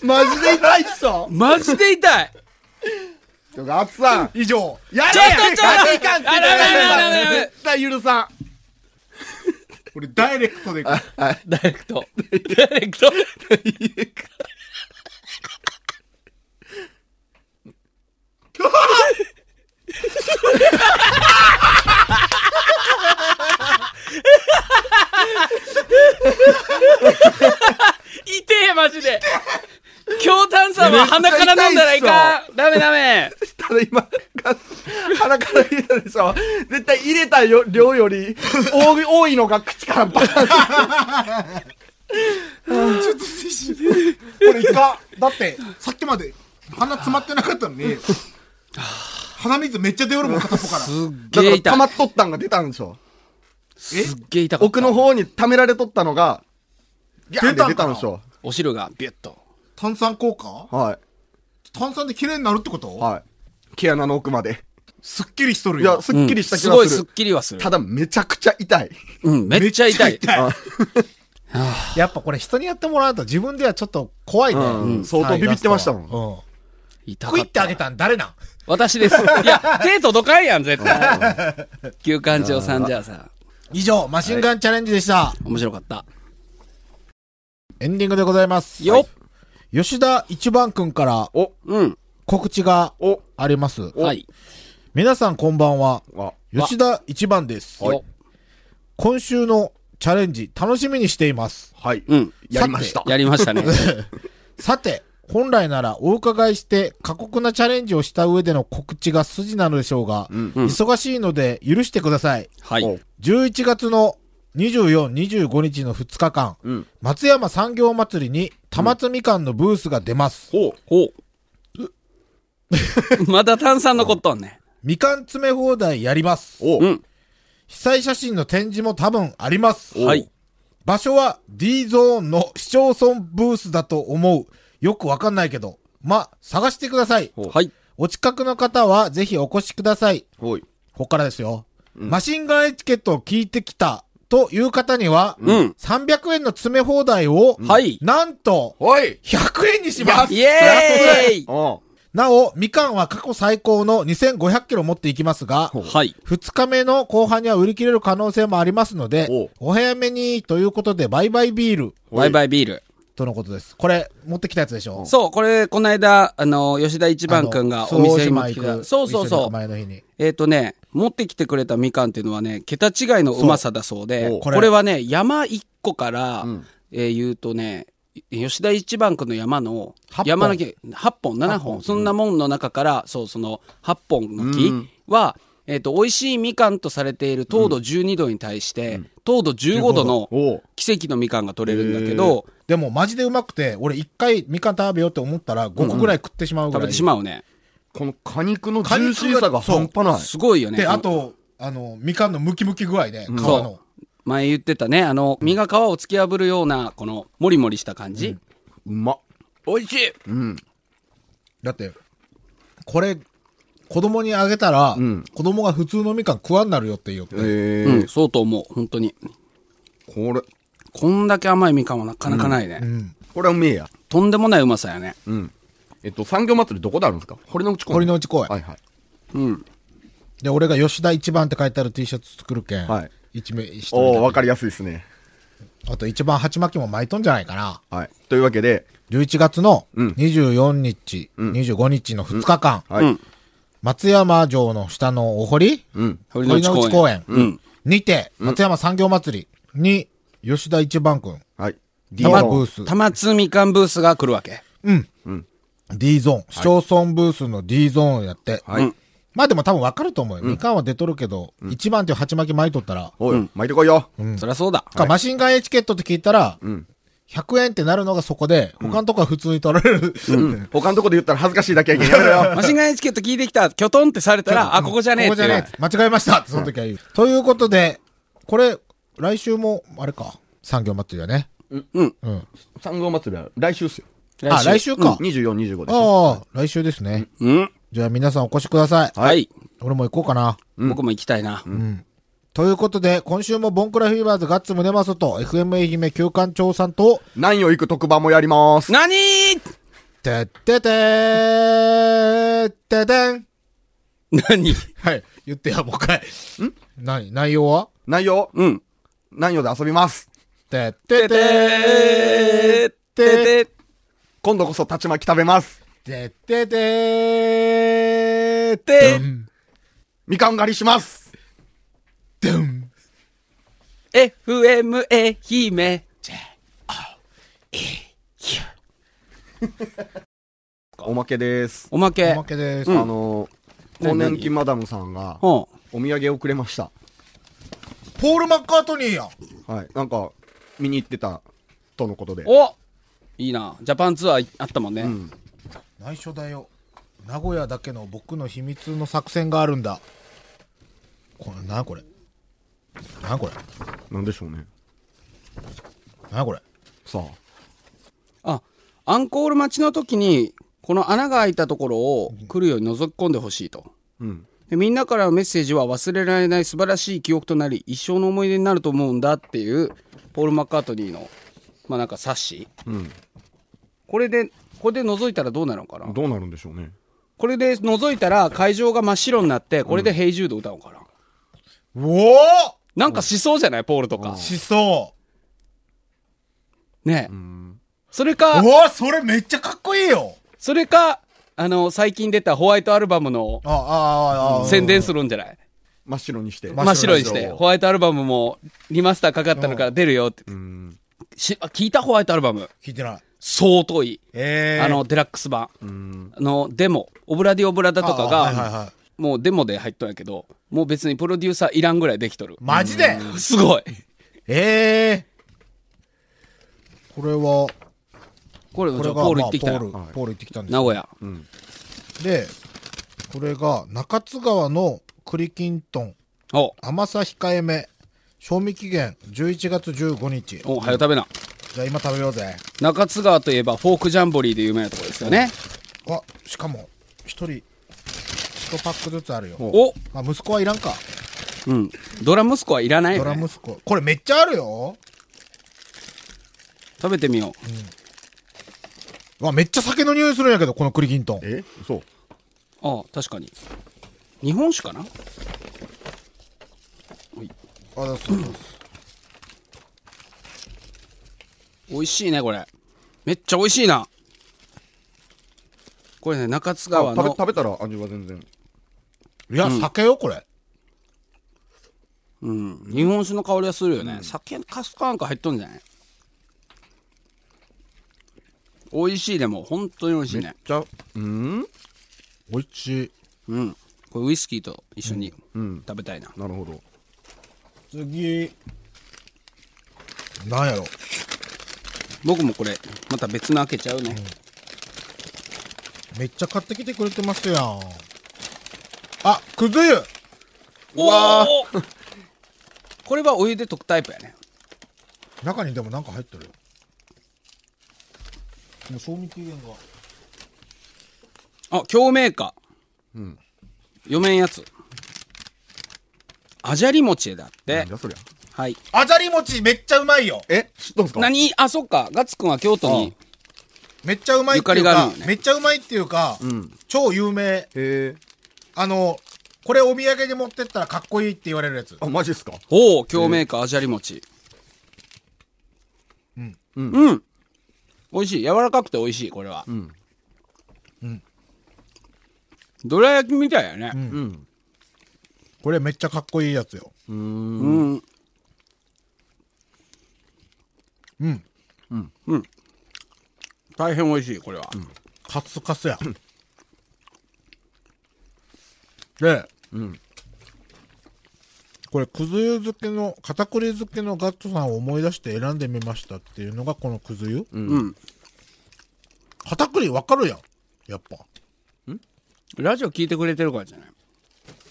[SPEAKER 4] マジで痛いっすよ
[SPEAKER 3] マジで痛い
[SPEAKER 4] ちょ、ガッツさん。
[SPEAKER 2] 以上。
[SPEAKER 4] やれ
[SPEAKER 3] ちょっとちょっと
[SPEAKER 4] やれいかんって
[SPEAKER 3] あらららららら
[SPEAKER 4] 絶対許さん。
[SPEAKER 5] これダイレクトで。
[SPEAKER 3] ダイレクト。ダイレクト。痛え、マジで。強炭酸は鼻から飲んだらいかん。ダメダメ。
[SPEAKER 4] ただ今、ガッツ鼻から入れたでしょ。絶対入れたよ量 より多い、多いのが口からバーン
[SPEAKER 5] これイカ。だって、さっきまで鼻詰まってなかったのに、鼻水めっちゃ出よるもん、片っぽから。
[SPEAKER 3] すっ
[SPEAKER 4] だ
[SPEAKER 3] げ
[SPEAKER 4] か
[SPEAKER 3] え
[SPEAKER 4] ら溜ま
[SPEAKER 3] 痛い。
[SPEAKER 4] っとったんが出たんでしょ。
[SPEAKER 3] すっげえ痛かった。
[SPEAKER 4] 奥の方に溜められとったのが、ギャーって出たんでしょ。
[SPEAKER 3] お汁がビュッと。
[SPEAKER 5] 炭酸効果
[SPEAKER 4] は
[SPEAKER 5] 炭酸で綺麗になるってこ
[SPEAKER 4] い。
[SPEAKER 5] と
[SPEAKER 4] はい。毛穴の奥まで。
[SPEAKER 5] すっきりしとる
[SPEAKER 4] いや、
[SPEAKER 5] よ。
[SPEAKER 4] すっきりした気
[SPEAKER 3] す
[SPEAKER 4] が
[SPEAKER 3] ごい
[SPEAKER 4] す
[SPEAKER 3] すっ
[SPEAKER 4] る。
[SPEAKER 3] きりはする
[SPEAKER 4] た。だ、めちゃくちゃ痛い。
[SPEAKER 3] うん、めっちゃ痛い。
[SPEAKER 5] 痛い。
[SPEAKER 2] やっぱこれ人にやってもらうと自分ではちょっと怖いね。
[SPEAKER 4] うん相当ビビってましたもん
[SPEAKER 2] ん。
[SPEAKER 3] 痛
[SPEAKER 2] うん。食
[SPEAKER 3] か
[SPEAKER 2] い
[SPEAKER 3] っ
[SPEAKER 2] ってあ
[SPEAKER 3] た
[SPEAKER 2] げ。たん誰なん
[SPEAKER 3] 私です。いや、手届かんやん、絶対。旧館長さんじゃあさ、
[SPEAKER 2] 以上、マシンガンチャレンジでした。
[SPEAKER 3] 面白かった。
[SPEAKER 2] エンディングでございます。
[SPEAKER 3] よっ
[SPEAKER 2] 吉田一番くんから
[SPEAKER 4] お、
[SPEAKER 3] うん。
[SPEAKER 2] 告知が
[SPEAKER 4] お、
[SPEAKER 2] あります。
[SPEAKER 3] はい。
[SPEAKER 2] 皆さんこんばんは。
[SPEAKER 4] あ、
[SPEAKER 2] 吉田一番です。
[SPEAKER 3] よ
[SPEAKER 2] 今週のチャレンジ楽しみにしています。
[SPEAKER 4] はい。
[SPEAKER 3] うん。
[SPEAKER 4] やりました。
[SPEAKER 3] やりましたね。
[SPEAKER 2] さて、本来ならお伺いして過酷なチャレンジをした上での告知が筋なのでしょうが、
[SPEAKER 4] ん
[SPEAKER 2] 忙しいので許してください。
[SPEAKER 3] は
[SPEAKER 4] お
[SPEAKER 3] い。
[SPEAKER 2] 11月の24、25日の2日間、
[SPEAKER 4] うん。
[SPEAKER 2] 松山産業祭りに玉津みかんのブースが出ます。
[SPEAKER 4] ほう。
[SPEAKER 3] ほう。 まだ炭酸残っとんね。
[SPEAKER 2] みかん詰め放題やります。
[SPEAKER 4] お、
[SPEAKER 3] うん。
[SPEAKER 2] 被災写真の展示も多分あります。
[SPEAKER 3] はい。
[SPEAKER 2] 場所は D ゾーンの市町村ブースだと思う。よくわかんないけど。ま、探してください。
[SPEAKER 4] お
[SPEAKER 3] はい。
[SPEAKER 2] お近くの方はぜひお越しください。
[SPEAKER 4] ほい。
[SPEAKER 2] ここからですよ。マシンガンエチケットを聞いてきたという方には、
[SPEAKER 3] うん。
[SPEAKER 2] 300円の詰め放題を、
[SPEAKER 3] はい
[SPEAKER 2] なんと、
[SPEAKER 4] ほい。
[SPEAKER 2] 100円にします。
[SPEAKER 3] イエーイ
[SPEAKER 4] お
[SPEAKER 2] なお、みかんは過去最高の2500キロ持っていきますが、
[SPEAKER 3] はい。
[SPEAKER 2] 2日目の後半には売り切れる可能性もありますので、お早めにということで、バイバイビール
[SPEAKER 3] バイバイビール。
[SPEAKER 2] とのことです。これ、持ってきたやつでしょ
[SPEAKER 3] そう、これ、この間、あの、吉田一番くんがお店に持ってきた。そうそうそう。
[SPEAKER 2] 前の日に。
[SPEAKER 3] えっ、とね、持ってきてくれたみかんっていうのはね、桁違いのうまさだそうで、
[SPEAKER 4] そう
[SPEAKER 2] お
[SPEAKER 3] これこれはね、山1個から、
[SPEAKER 4] ん
[SPEAKER 3] えー言うとね、吉田一番区の山の
[SPEAKER 2] 八、本
[SPEAKER 3] 山の木、8本、7本、そんなもんの中から、そう、その8本の木は、えっ、と、美味しいみかんとされている糖度12度に対して、糖度15度の
[SPEAKER 4] お
[SPEAKER 3] 奇跡のみかんが取れるんだけど、
[SPEAKER 2] でも、マジでうまくて、俺一回みかん食べようって思ったら、5個ぐらい食ってしまうぐらい。
[SPEAKER 3] 食べてしまうね。
[SPEAKER 4] この果肉のジューシーさが半端ない。
[SPEAKER 3] すごいよね。
[SPEAKER 2] で、あと、あの、みかんのムキムキ具合ね、皮の
[SPEAKER 3] そ。う。前言ってたね、あの、身が皮を突き破るような、この、もりもりした感じ。
[SPEAKER 4] うまっ。
[SPEAKER 3] 美味しい
[SPEAKER 2] だって、これ、子供にあげたら、
[SPEAKER 4] ん
[SPEAKER 2] 子供が普通のみかん食わんなるよって言って。
[SPEAKER 4] え
[SPEAKER 3] う
[SPEAKER 4] え。
[SPEAKER 3] ん、そうと思う、本当に。
[SPEAKER 4] これ、
[SPEAKER 3] こんだけ甘いみかんはなかなかないね。
[SPEAKER 4] これはうめえや。
[SPEAKER 3] とんでもないうまさやね。
[SPEAKER 4] うん。えっと、産業祭りどこであるんですか堀之内公園。
[SPEAKER 2] 堀之内公園
[SPEAKER 4] はいはい。
[SPEAKER 3] うん。
[SPEAKER 2] で、俺が吉田一番って書いてある T シャツ作るけん。
[SPEAKER 4] はい
[SPEAKER 2] 一名、一
[SPEAKER 4] おお
[SPEAKER 2] 人
[SPEAKER 4] わかりやすいですね。
[SPEAKER 2] あと一番鉢巻きも巻いとんじゃないかな。
[SPEAKER 4] はい。というわけで、
[SPEAKER 2] 11月の
[SPEAKER 4] うん
[SPEAKER 2] 24日、25日の2日間、
[SPEAKER 4] はい。
[SPEAKER 3] うん
[SPEAKER 2] 松山城の下のお堀、
[SPEAKER 4] うん。
[SPEAKER 3] 堀之内公
[SPEAKER 2] 堀之
[SPEAKER 3] 園。
[SPEAKER 2] 内公園
[SPEAKER 3] うん。
[SPEAKER 2] にて、松山産業祭りに、吉田一番くん、
[SPEAKER 4] はい。D
[SPEAKER 2] 玉ブー
[SPEAKER 4] の、
[SPEAKER 2] ス、
[SPEAKER 3] 玉津みかんブースが来るわけ。
[SPEAKER 2] D ゾーン、市町村ブースの D ゾーンをやって、
[SPEAKER 4] はい。
[SPEAKER 2] まあでも多分わかると思うよ。みかんは出とるけど、一番っていう鉢巻き巻いとったら、
[SPEAKER 4] おい、巻いてこいよ。
[SPEAKER 3] そりゃそうだ。
[SPEAKER 2] かマシンガンエチケットって聞いたら、
[SPEAKER 4] ん
[SPEAKER 2] 100円ってなるのがそこで、他のとこは普通に取られる。
[SPEAKER 4] うん他のとこで言ったら恥ずかしいだけやけんやめろよ。
[SPEAKER 3] マシンガンエチケット聞いてきた、キョトンってされたら、あ、ここじゃねえ
[SPEAKER 2] こ
[SPEAKER 3] っ
[SPEAKER 2] こ
[SPEAKER 3] て
[SPEAKER 2] じゃ
[SPEAKER 3] いう。
[SPEAKER 2] ねえ。間違えましたってその時は言う。ということで、これ、来週も、あれか、産業祭りだね。
[SPEAKER 3] うん。
[SPEAKER 2] うん。
[SPEAKER 4] 産後祭りは来週っすよ。
[SPEAKER 2] あ、来週か。
[SPEAKER 4] 24、25でしょ。
[SPEAKER 2] ああ、来週ですね。
[SPEAKER 3] うん。
[SPEAKER 2] じゃあ皆さんお越しください。
[SPEAKER 3] はい。
[SPEAKER 2] 俺も行こうかな。
[SPEAKER 3] 僕も行きたいな。
[SPEAKER 2] ということで、今週もボンクラフィーバーズガッツムネマソと FM 愛媛旧館長さんと、
[SPEAKER 4] 何を行く特番もやります。
[SPEAKER 3] なにー
[SPEAKER 2] てっててーててん
[SPEAKER 3] 何
[SPEAKER 2] はい、言ってや、もう一回。ん何内容は
[SPEAKER 4] 内容
[SPEAKER 3] うん。
[SPEAKER 4] 何曜で遊びます。
[SPEAKER 2] てって
[SPEAKER 3] て
[SPEAKER 2] て
[SPEAKER 3] て
[SPEAKER 2] ー
[SPEAKER 3] ーてて
[SPEAKER 4] 今度こそ立ち巻き食べます。
[SPEAKER 2] てっててー
[SPEAKER 3] て
[SPEAKER 2] てん
[SPEAKER 4] みかん狩りします。
[SPEAKER 2] てん
[SPEAKER 3] FM 愛媛。
[SPEAKER 4] おまけです。
[SPEAKER 3] おまけ
[SPEAKER 2] お。まけです。
[SPEAKER 4] あの、
[SPEAKER 3] 何
[SPEAKER 4] 更年期マダムさんがお
[SPEAKER 3] ほ
[SPEAKER 4] 土産をくれました。
[SPEAKER 2] ポール・マッカートニーや
[SPEAKER 4] はい。なんか、見に行ってたとのことで
[SPEAKER 3] う。。おいいな。ジャパンツアーあったもんね。
[SPEAKER 4] うん。
[SPEAKER 2] 内緒だよ。名古屋だけの僕の秘密の作戦があるんだ。これ、なこれ。なこれ。
[SPEAKER 4] なんでしょうね。
[SPEAKER 2] なこれ。
[SPEAKER 4] さあ。
[SPEAKER 3] あ、アンコール待ちの時に、この穴が開いたところを来るように覗き込んでほしいと。
[SPEAKER 4] うん。
[SPEAKER 3] でみんなからのメッセージは忘れられない素晴らしい記憶となり一生の思い出になると思うんだっていうポール・マッカートニーのまあなんか冊子
[SPEAKER 4] うん。
[SPEAKER 3] これでこれで覗いたらどうなるのかな
[SPEAKER 4] どうなるんでしょうね。
[SPEAKER 3] これで覗いたら会場が真っ白になってこれで「ヘイジュード」歌おうかな、
[SPEAKER 2] うおお
[SPEAKER 3] なんかしそうじゃないポールとか
[SPEAKER 2] しそう
[SPEAKER 3] ねえ
[SPEAKER 4] うん。
[SPEAKER 3] それか
[SPEAKER 2] うわそれめっちゃかっこいいよ
[SPEAKER 3] それかあの最近出たホワイトアルバムの
[SPEAKER 2] あああああ
[SPEAKER 3] 宣伝するんじゃない
[SPEAKER 4] 真っ白にして。
[SPEAKER 2] ま
[SPEAKER 3] 真っ白に
[SPEAKER 2] 真っ
[SPEAKER 3] し
[SPEAKER 2] 白にして
[SPEAKER 3] ホワイトアルバムもリマスターかかったのから出るよって
[SPEAKER 4] うん。
[SPEAKER 3] しあ聞いたホワイトアルバム
[SPEAKER 2] 聞いてない
[SPEAKER 3] 相当いい
[SPEAKER 2] ええ
[SPEAKER 3] あのデラックス版
[SPEAKER 4] うん。
[SPEAKER 3] あのデモオブラディオブラダと
[SPEAKER 2] あ
[SPEAKER 3] か
[SPEAKER 2] あはいはいは
[SPEAKER 3] がもうデモで入っとんやけどもう別にプロデューサーいらんぐらいできとる
[SPEAKER 2] いマジで
[SPEAKER 3] うんすごい
[SPEAKER 2] ええこれは
[SPEAKER 3] これ
[SPEAKER 2] こ
[SPEAKER 3] じ
[SPEAKER 2] れ
[SPEAKER 3] ゃあ
[SPEAKER 2] が
[SPEAKER 3] ポール行ってきた
[SPEAKER 2] まあポ
[SPEAKER 3] よ
[SPEAKER 2] ール
[SPEAKER 4] はい
[SPEAKER 2] ポール行ってきたんです
[SPEAKER 3] 名古屋
[SPEAKER 4] うん。
[SPEAKER 2] でこれが中津川の栗きんとん
[SPEAKER 3] お
[SPEAKER 2] 甘さ控えめ賞味期限11月15日
[SPEAKER 3] おはよ食べな
[SPEAKER 2] じゃあ今食べようぜ
[SPEAKER 3] 中津川といえばフォークジャンボリーで有名なとこですよね
[SPEAKER 2] あしかも一人一パックずつあるよ
[SPEAKER 4] お
[SPEAKER 3] お
[SPEAKER 2] あ息子はいらんか
[SPEAKER 3] うんドラ息子はいらない
[SPEAKER 2] ド
[SPEAKER 3] よ
[SPEAKER 2] ラ
[SPEAKER 3] ね
[SPEAKER 2] 息子これめっちゃあるよ
[SPEAKER 3] 食べてみよう
[SPEAKER 2] うわめっちゃ酒の匂いするんやけどこの栗きんとん
[SPEAKER 4] えそう。
[SPEAKER 3] あ確かに日本酒かな
[SPEAKER 2] あそうそうそう
[SPEAKER 3] 美味しいねこれめっちゃ美味しいなこれね中津
[SPEAKER 4] あ
[SPEAKER 3] 川
[SPEAKER 4] 食
[SPEAKER 3] の
[SPEAKER 4] べ、食べたら味は全然。
[SPEAKER 2] いや、酒よ、これ。
[SPEAKER 3] うん、日本酒の香りはするよね、酒かすかなんか入っとんじゃない美味しいでも本当に美味しいね
[SPEAKER 4] じゃあ、うん
[SPEAKER 2] おいしい。
[SPEAKER 3] うんこれウイスキーと一緒に
[SPEAKER 4] うん。
[SPEAKER 3] 食べたいな、
[SPEAKER 4] なるほど。
[SPEAKER 2] 次。なんやろ。
[SPEAKER 3] 僕もこれまた別の開けちゃうね、
[SPEAKER 2] めっちゃ買ってきてくれてますやん。あ、くず湯
[SPEAKER 3] おおこれはお湯で溶くタイプやね
[SPEAKER 2] 中にでもなんか入ってるよ。もう賞味期限が。
[SPEAKER 3] あ京メーカーうんめんやつあじゃり餅だっ
[SPEAKER 4] なん
[SPEAKER 3] て
[SPEAKER 4] じゃそりゃ。
[SPEAKER 3] はい
[SPEAKER 2] あじゃり餅めっちゃうまいよ
[SPEAKER 4] え知っとんすか
[SPEAKER 3] 何あそっかガッツくんは京都に
[SPEAKER 2] めっちゃうまいってい
[SPEAKER 3] ゆ
[SPEAKER 2] う
[SPEAKER 3] かりがあ
[SPEAKER 2] か
[SPEAKER 3] るよ、ね
[SPEAKER 2] めっちゃうまいっていうか、
[SPEAKER 4] ん
[SPEAKER 2] 超有名。
[SPEAKER 4] へえ。
[SPEAKER 2] あの、これお土産に持ってったらかっこいいって言われるやつ。
[SPEAKER 4] あ、マジっすか
[SPEAKER 3] おお京メーカーあじゃり餅うん、うん、美味しい柔らかくて美味しいこれはうんどら焼きみたいやね
[SPEAKER 4] うん。
[SPEAKER 2] これめっちゃかっこいいやつよ。
[SPEAKER 4] うーん。
[SPEAKER 3] うんうん
[SPEAKER 2] うん
[SPEAKER 3] うん、大変美味しいこれは、
[SPEAKER 2] カツカツや。で、
[SPEAKER 4] うん。
[SPEAKER 2] これ、くず湯漬けの、片栗漬けのガットさんを思い出して選んでみましたっていうのがこのくず湯。
[SPEAKER 3] うん。
[SPEAKER 2] 片栗わかるやん。やっぱ。
[SPEAKER 3] ラジオ聞いてくれてるからじゃない。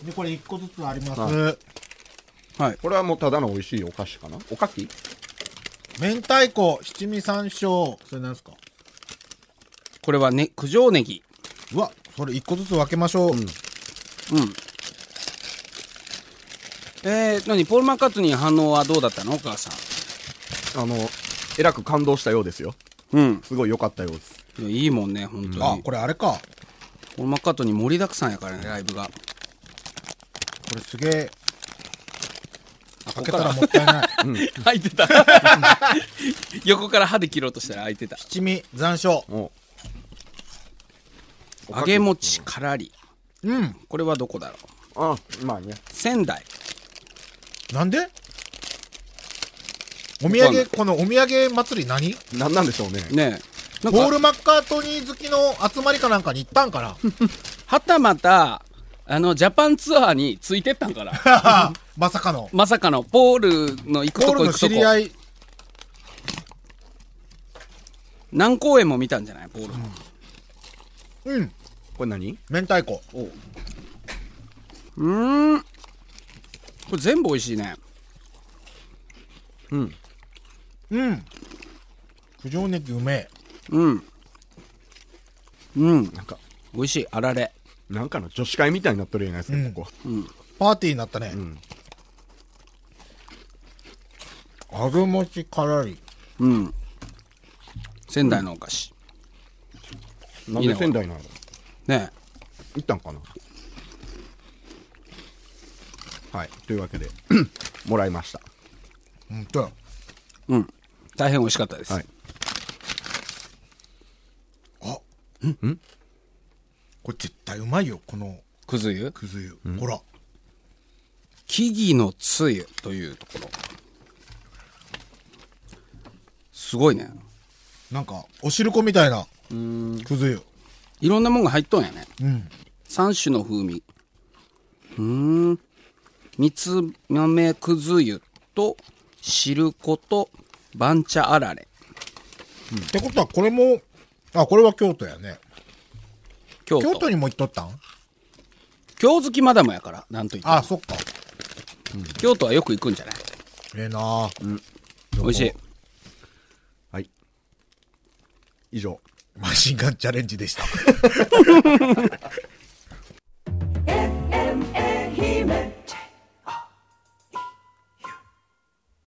[SPEAKER 2] で、これ一個ずつあります。
[SPEAKER 3] はい。
[SPEAKER 4] これはもうただの美味しいお菓子かなおかき
[SPEAKER 2] 明太子、七味山椒。それなんすか
[SPEAKER 3] これはね、九条ネギ。
[SPEAKER 2] うわ、それ一個ずつ分けましょう。
[SPEAKER 3] うん。えー、何ポール・マッカートニー反応はどうだったのお母さん。
[SPEAKER 4] あの、えらく感動したようですよ。
[SPEAKER 3] うん。
[SPEAKER 4] すごい良かったようです。
[SPEAKER 3] いやいいもんね、本当に。
[SPEAKER 2] あ、これあれか。
[SPEAKER 3] ポール・マッカートニー盛りだくさんやからね、ライブが。
[SPEAKER 2] これすげえ。かけたらもったいない。
[SPEAKER 3] 開いてた。横から歯で切ろうとしたら開いてた。
[SPEAKER 2] 七味、山椒。
[SPEAKER 4] もう。
[SPEAKER 3] 揚げ餅からり。
[SPEAKER 2] うん。
[SPEAKER 3] これはどこだろう
[SPEAKER 4] あ、まあね。
[SPEAKER 3] 仙台。
[SPEAKER 2] なんでお土産、このお土産祭り何
[SPEAKER 4] なんなんでしょうね。
[SPEAKER 3] ねえ。なん
[SPEAKER 2] ポール・
[SPEAKER 3] か、
[SPEAKER 2] マッカートニー好きの集まりかなんかに行ったんかな
[SPEAKER 3] はたまた、あの、ジャパンツアーについてった んから。
[SPEAKER 2] まさかの。
[SPEAKER 3] まさかの、ポールの行く
[SPEAKER 2] ポ
[SPEAKER 3] と
[SPEAKER 2] ー
[SPEAKER 3] こ
[SPEAKER 2] ルの
[SPEAKER 3] 行く
[SPEAKER 2] 知
[SPEAKER 3] とこ。
[SPEAKER 2] り合い、
[SPEAKER 3] 何公演も見たんじゃないポールの。
[SPEAKER 2] うん、
[SPEAKER 4] これ何
[SPEAKER 2] 明太子。
[SPEAKER 3] おううーんこれ全部美味しいね
[SPEAKER 4] うん。
[SPEAKER 2] うん。九条ネギうめえ。
[SPEAKER 3] うんうん
[SPEAKER 4] なんか、
[SPEAKER 3] 美味しいあられ
[SPEAKER 4] なんかの女子会みたいになっとるじゃないですか、
[SPEAKER 2] うん
[SPEAKER 4] ここ。
[SPEAKER 2] パーティーになったね。
[SPEAKER 4] ん
[SPEAKER 2] 揚げ餅からり。
[SPEAKER 3] うん仙台のお菓子、
[SPEAKER 4] なんで仙台なの
[SPEAKER 3] ねえ
[SPEAKER 4] 行ったんかなはい。というわけで、 もらいました。
[SPEAKER 2] うんと。
[SPEAKER 3] うん大変美味しかったです、
[SPEAKER 4] はい
[SPEAKER 2] これ絶対うまいよ、この
[SPEAKER 3] くず湯
[SPEAKER 2] くず湯。ほら。
[SPEAKER 3] 木々のつゆというところすごいね
[SPEAKER 2] なんか、お汁粉みたいな。くず湯。
[SPEAKER 3] いろんなもんが入っとんやね
[SPEAKER 2] うん。
[SPEAKER 3] 3種の風味うーんみつ豆くず湯と汁粉と番茶あられ
[SPEAKER 2] ってことはこれも、あ、これは京都やね。
[SPEAKER 3] 京都
[SPEAKER 2] 京
[SPEAKER 3] 京
[SPEAKER 2] 都にも行っとったん
[SPEAKER 3] 好きマダムやからなんと言っ
[SPEAKER 2] あ、
[SPEAKER 3] て
[SPEAKER 2] そっか。
[SPEAKER 3] も京都はよく行くんじゃない
[SPEAKER 2] ええなぁ。
[SPEAKER 3] 美味しい
[SPEAKER 4] はい。以上。
[SPEAKER 2] マシンガンチャレンジでした。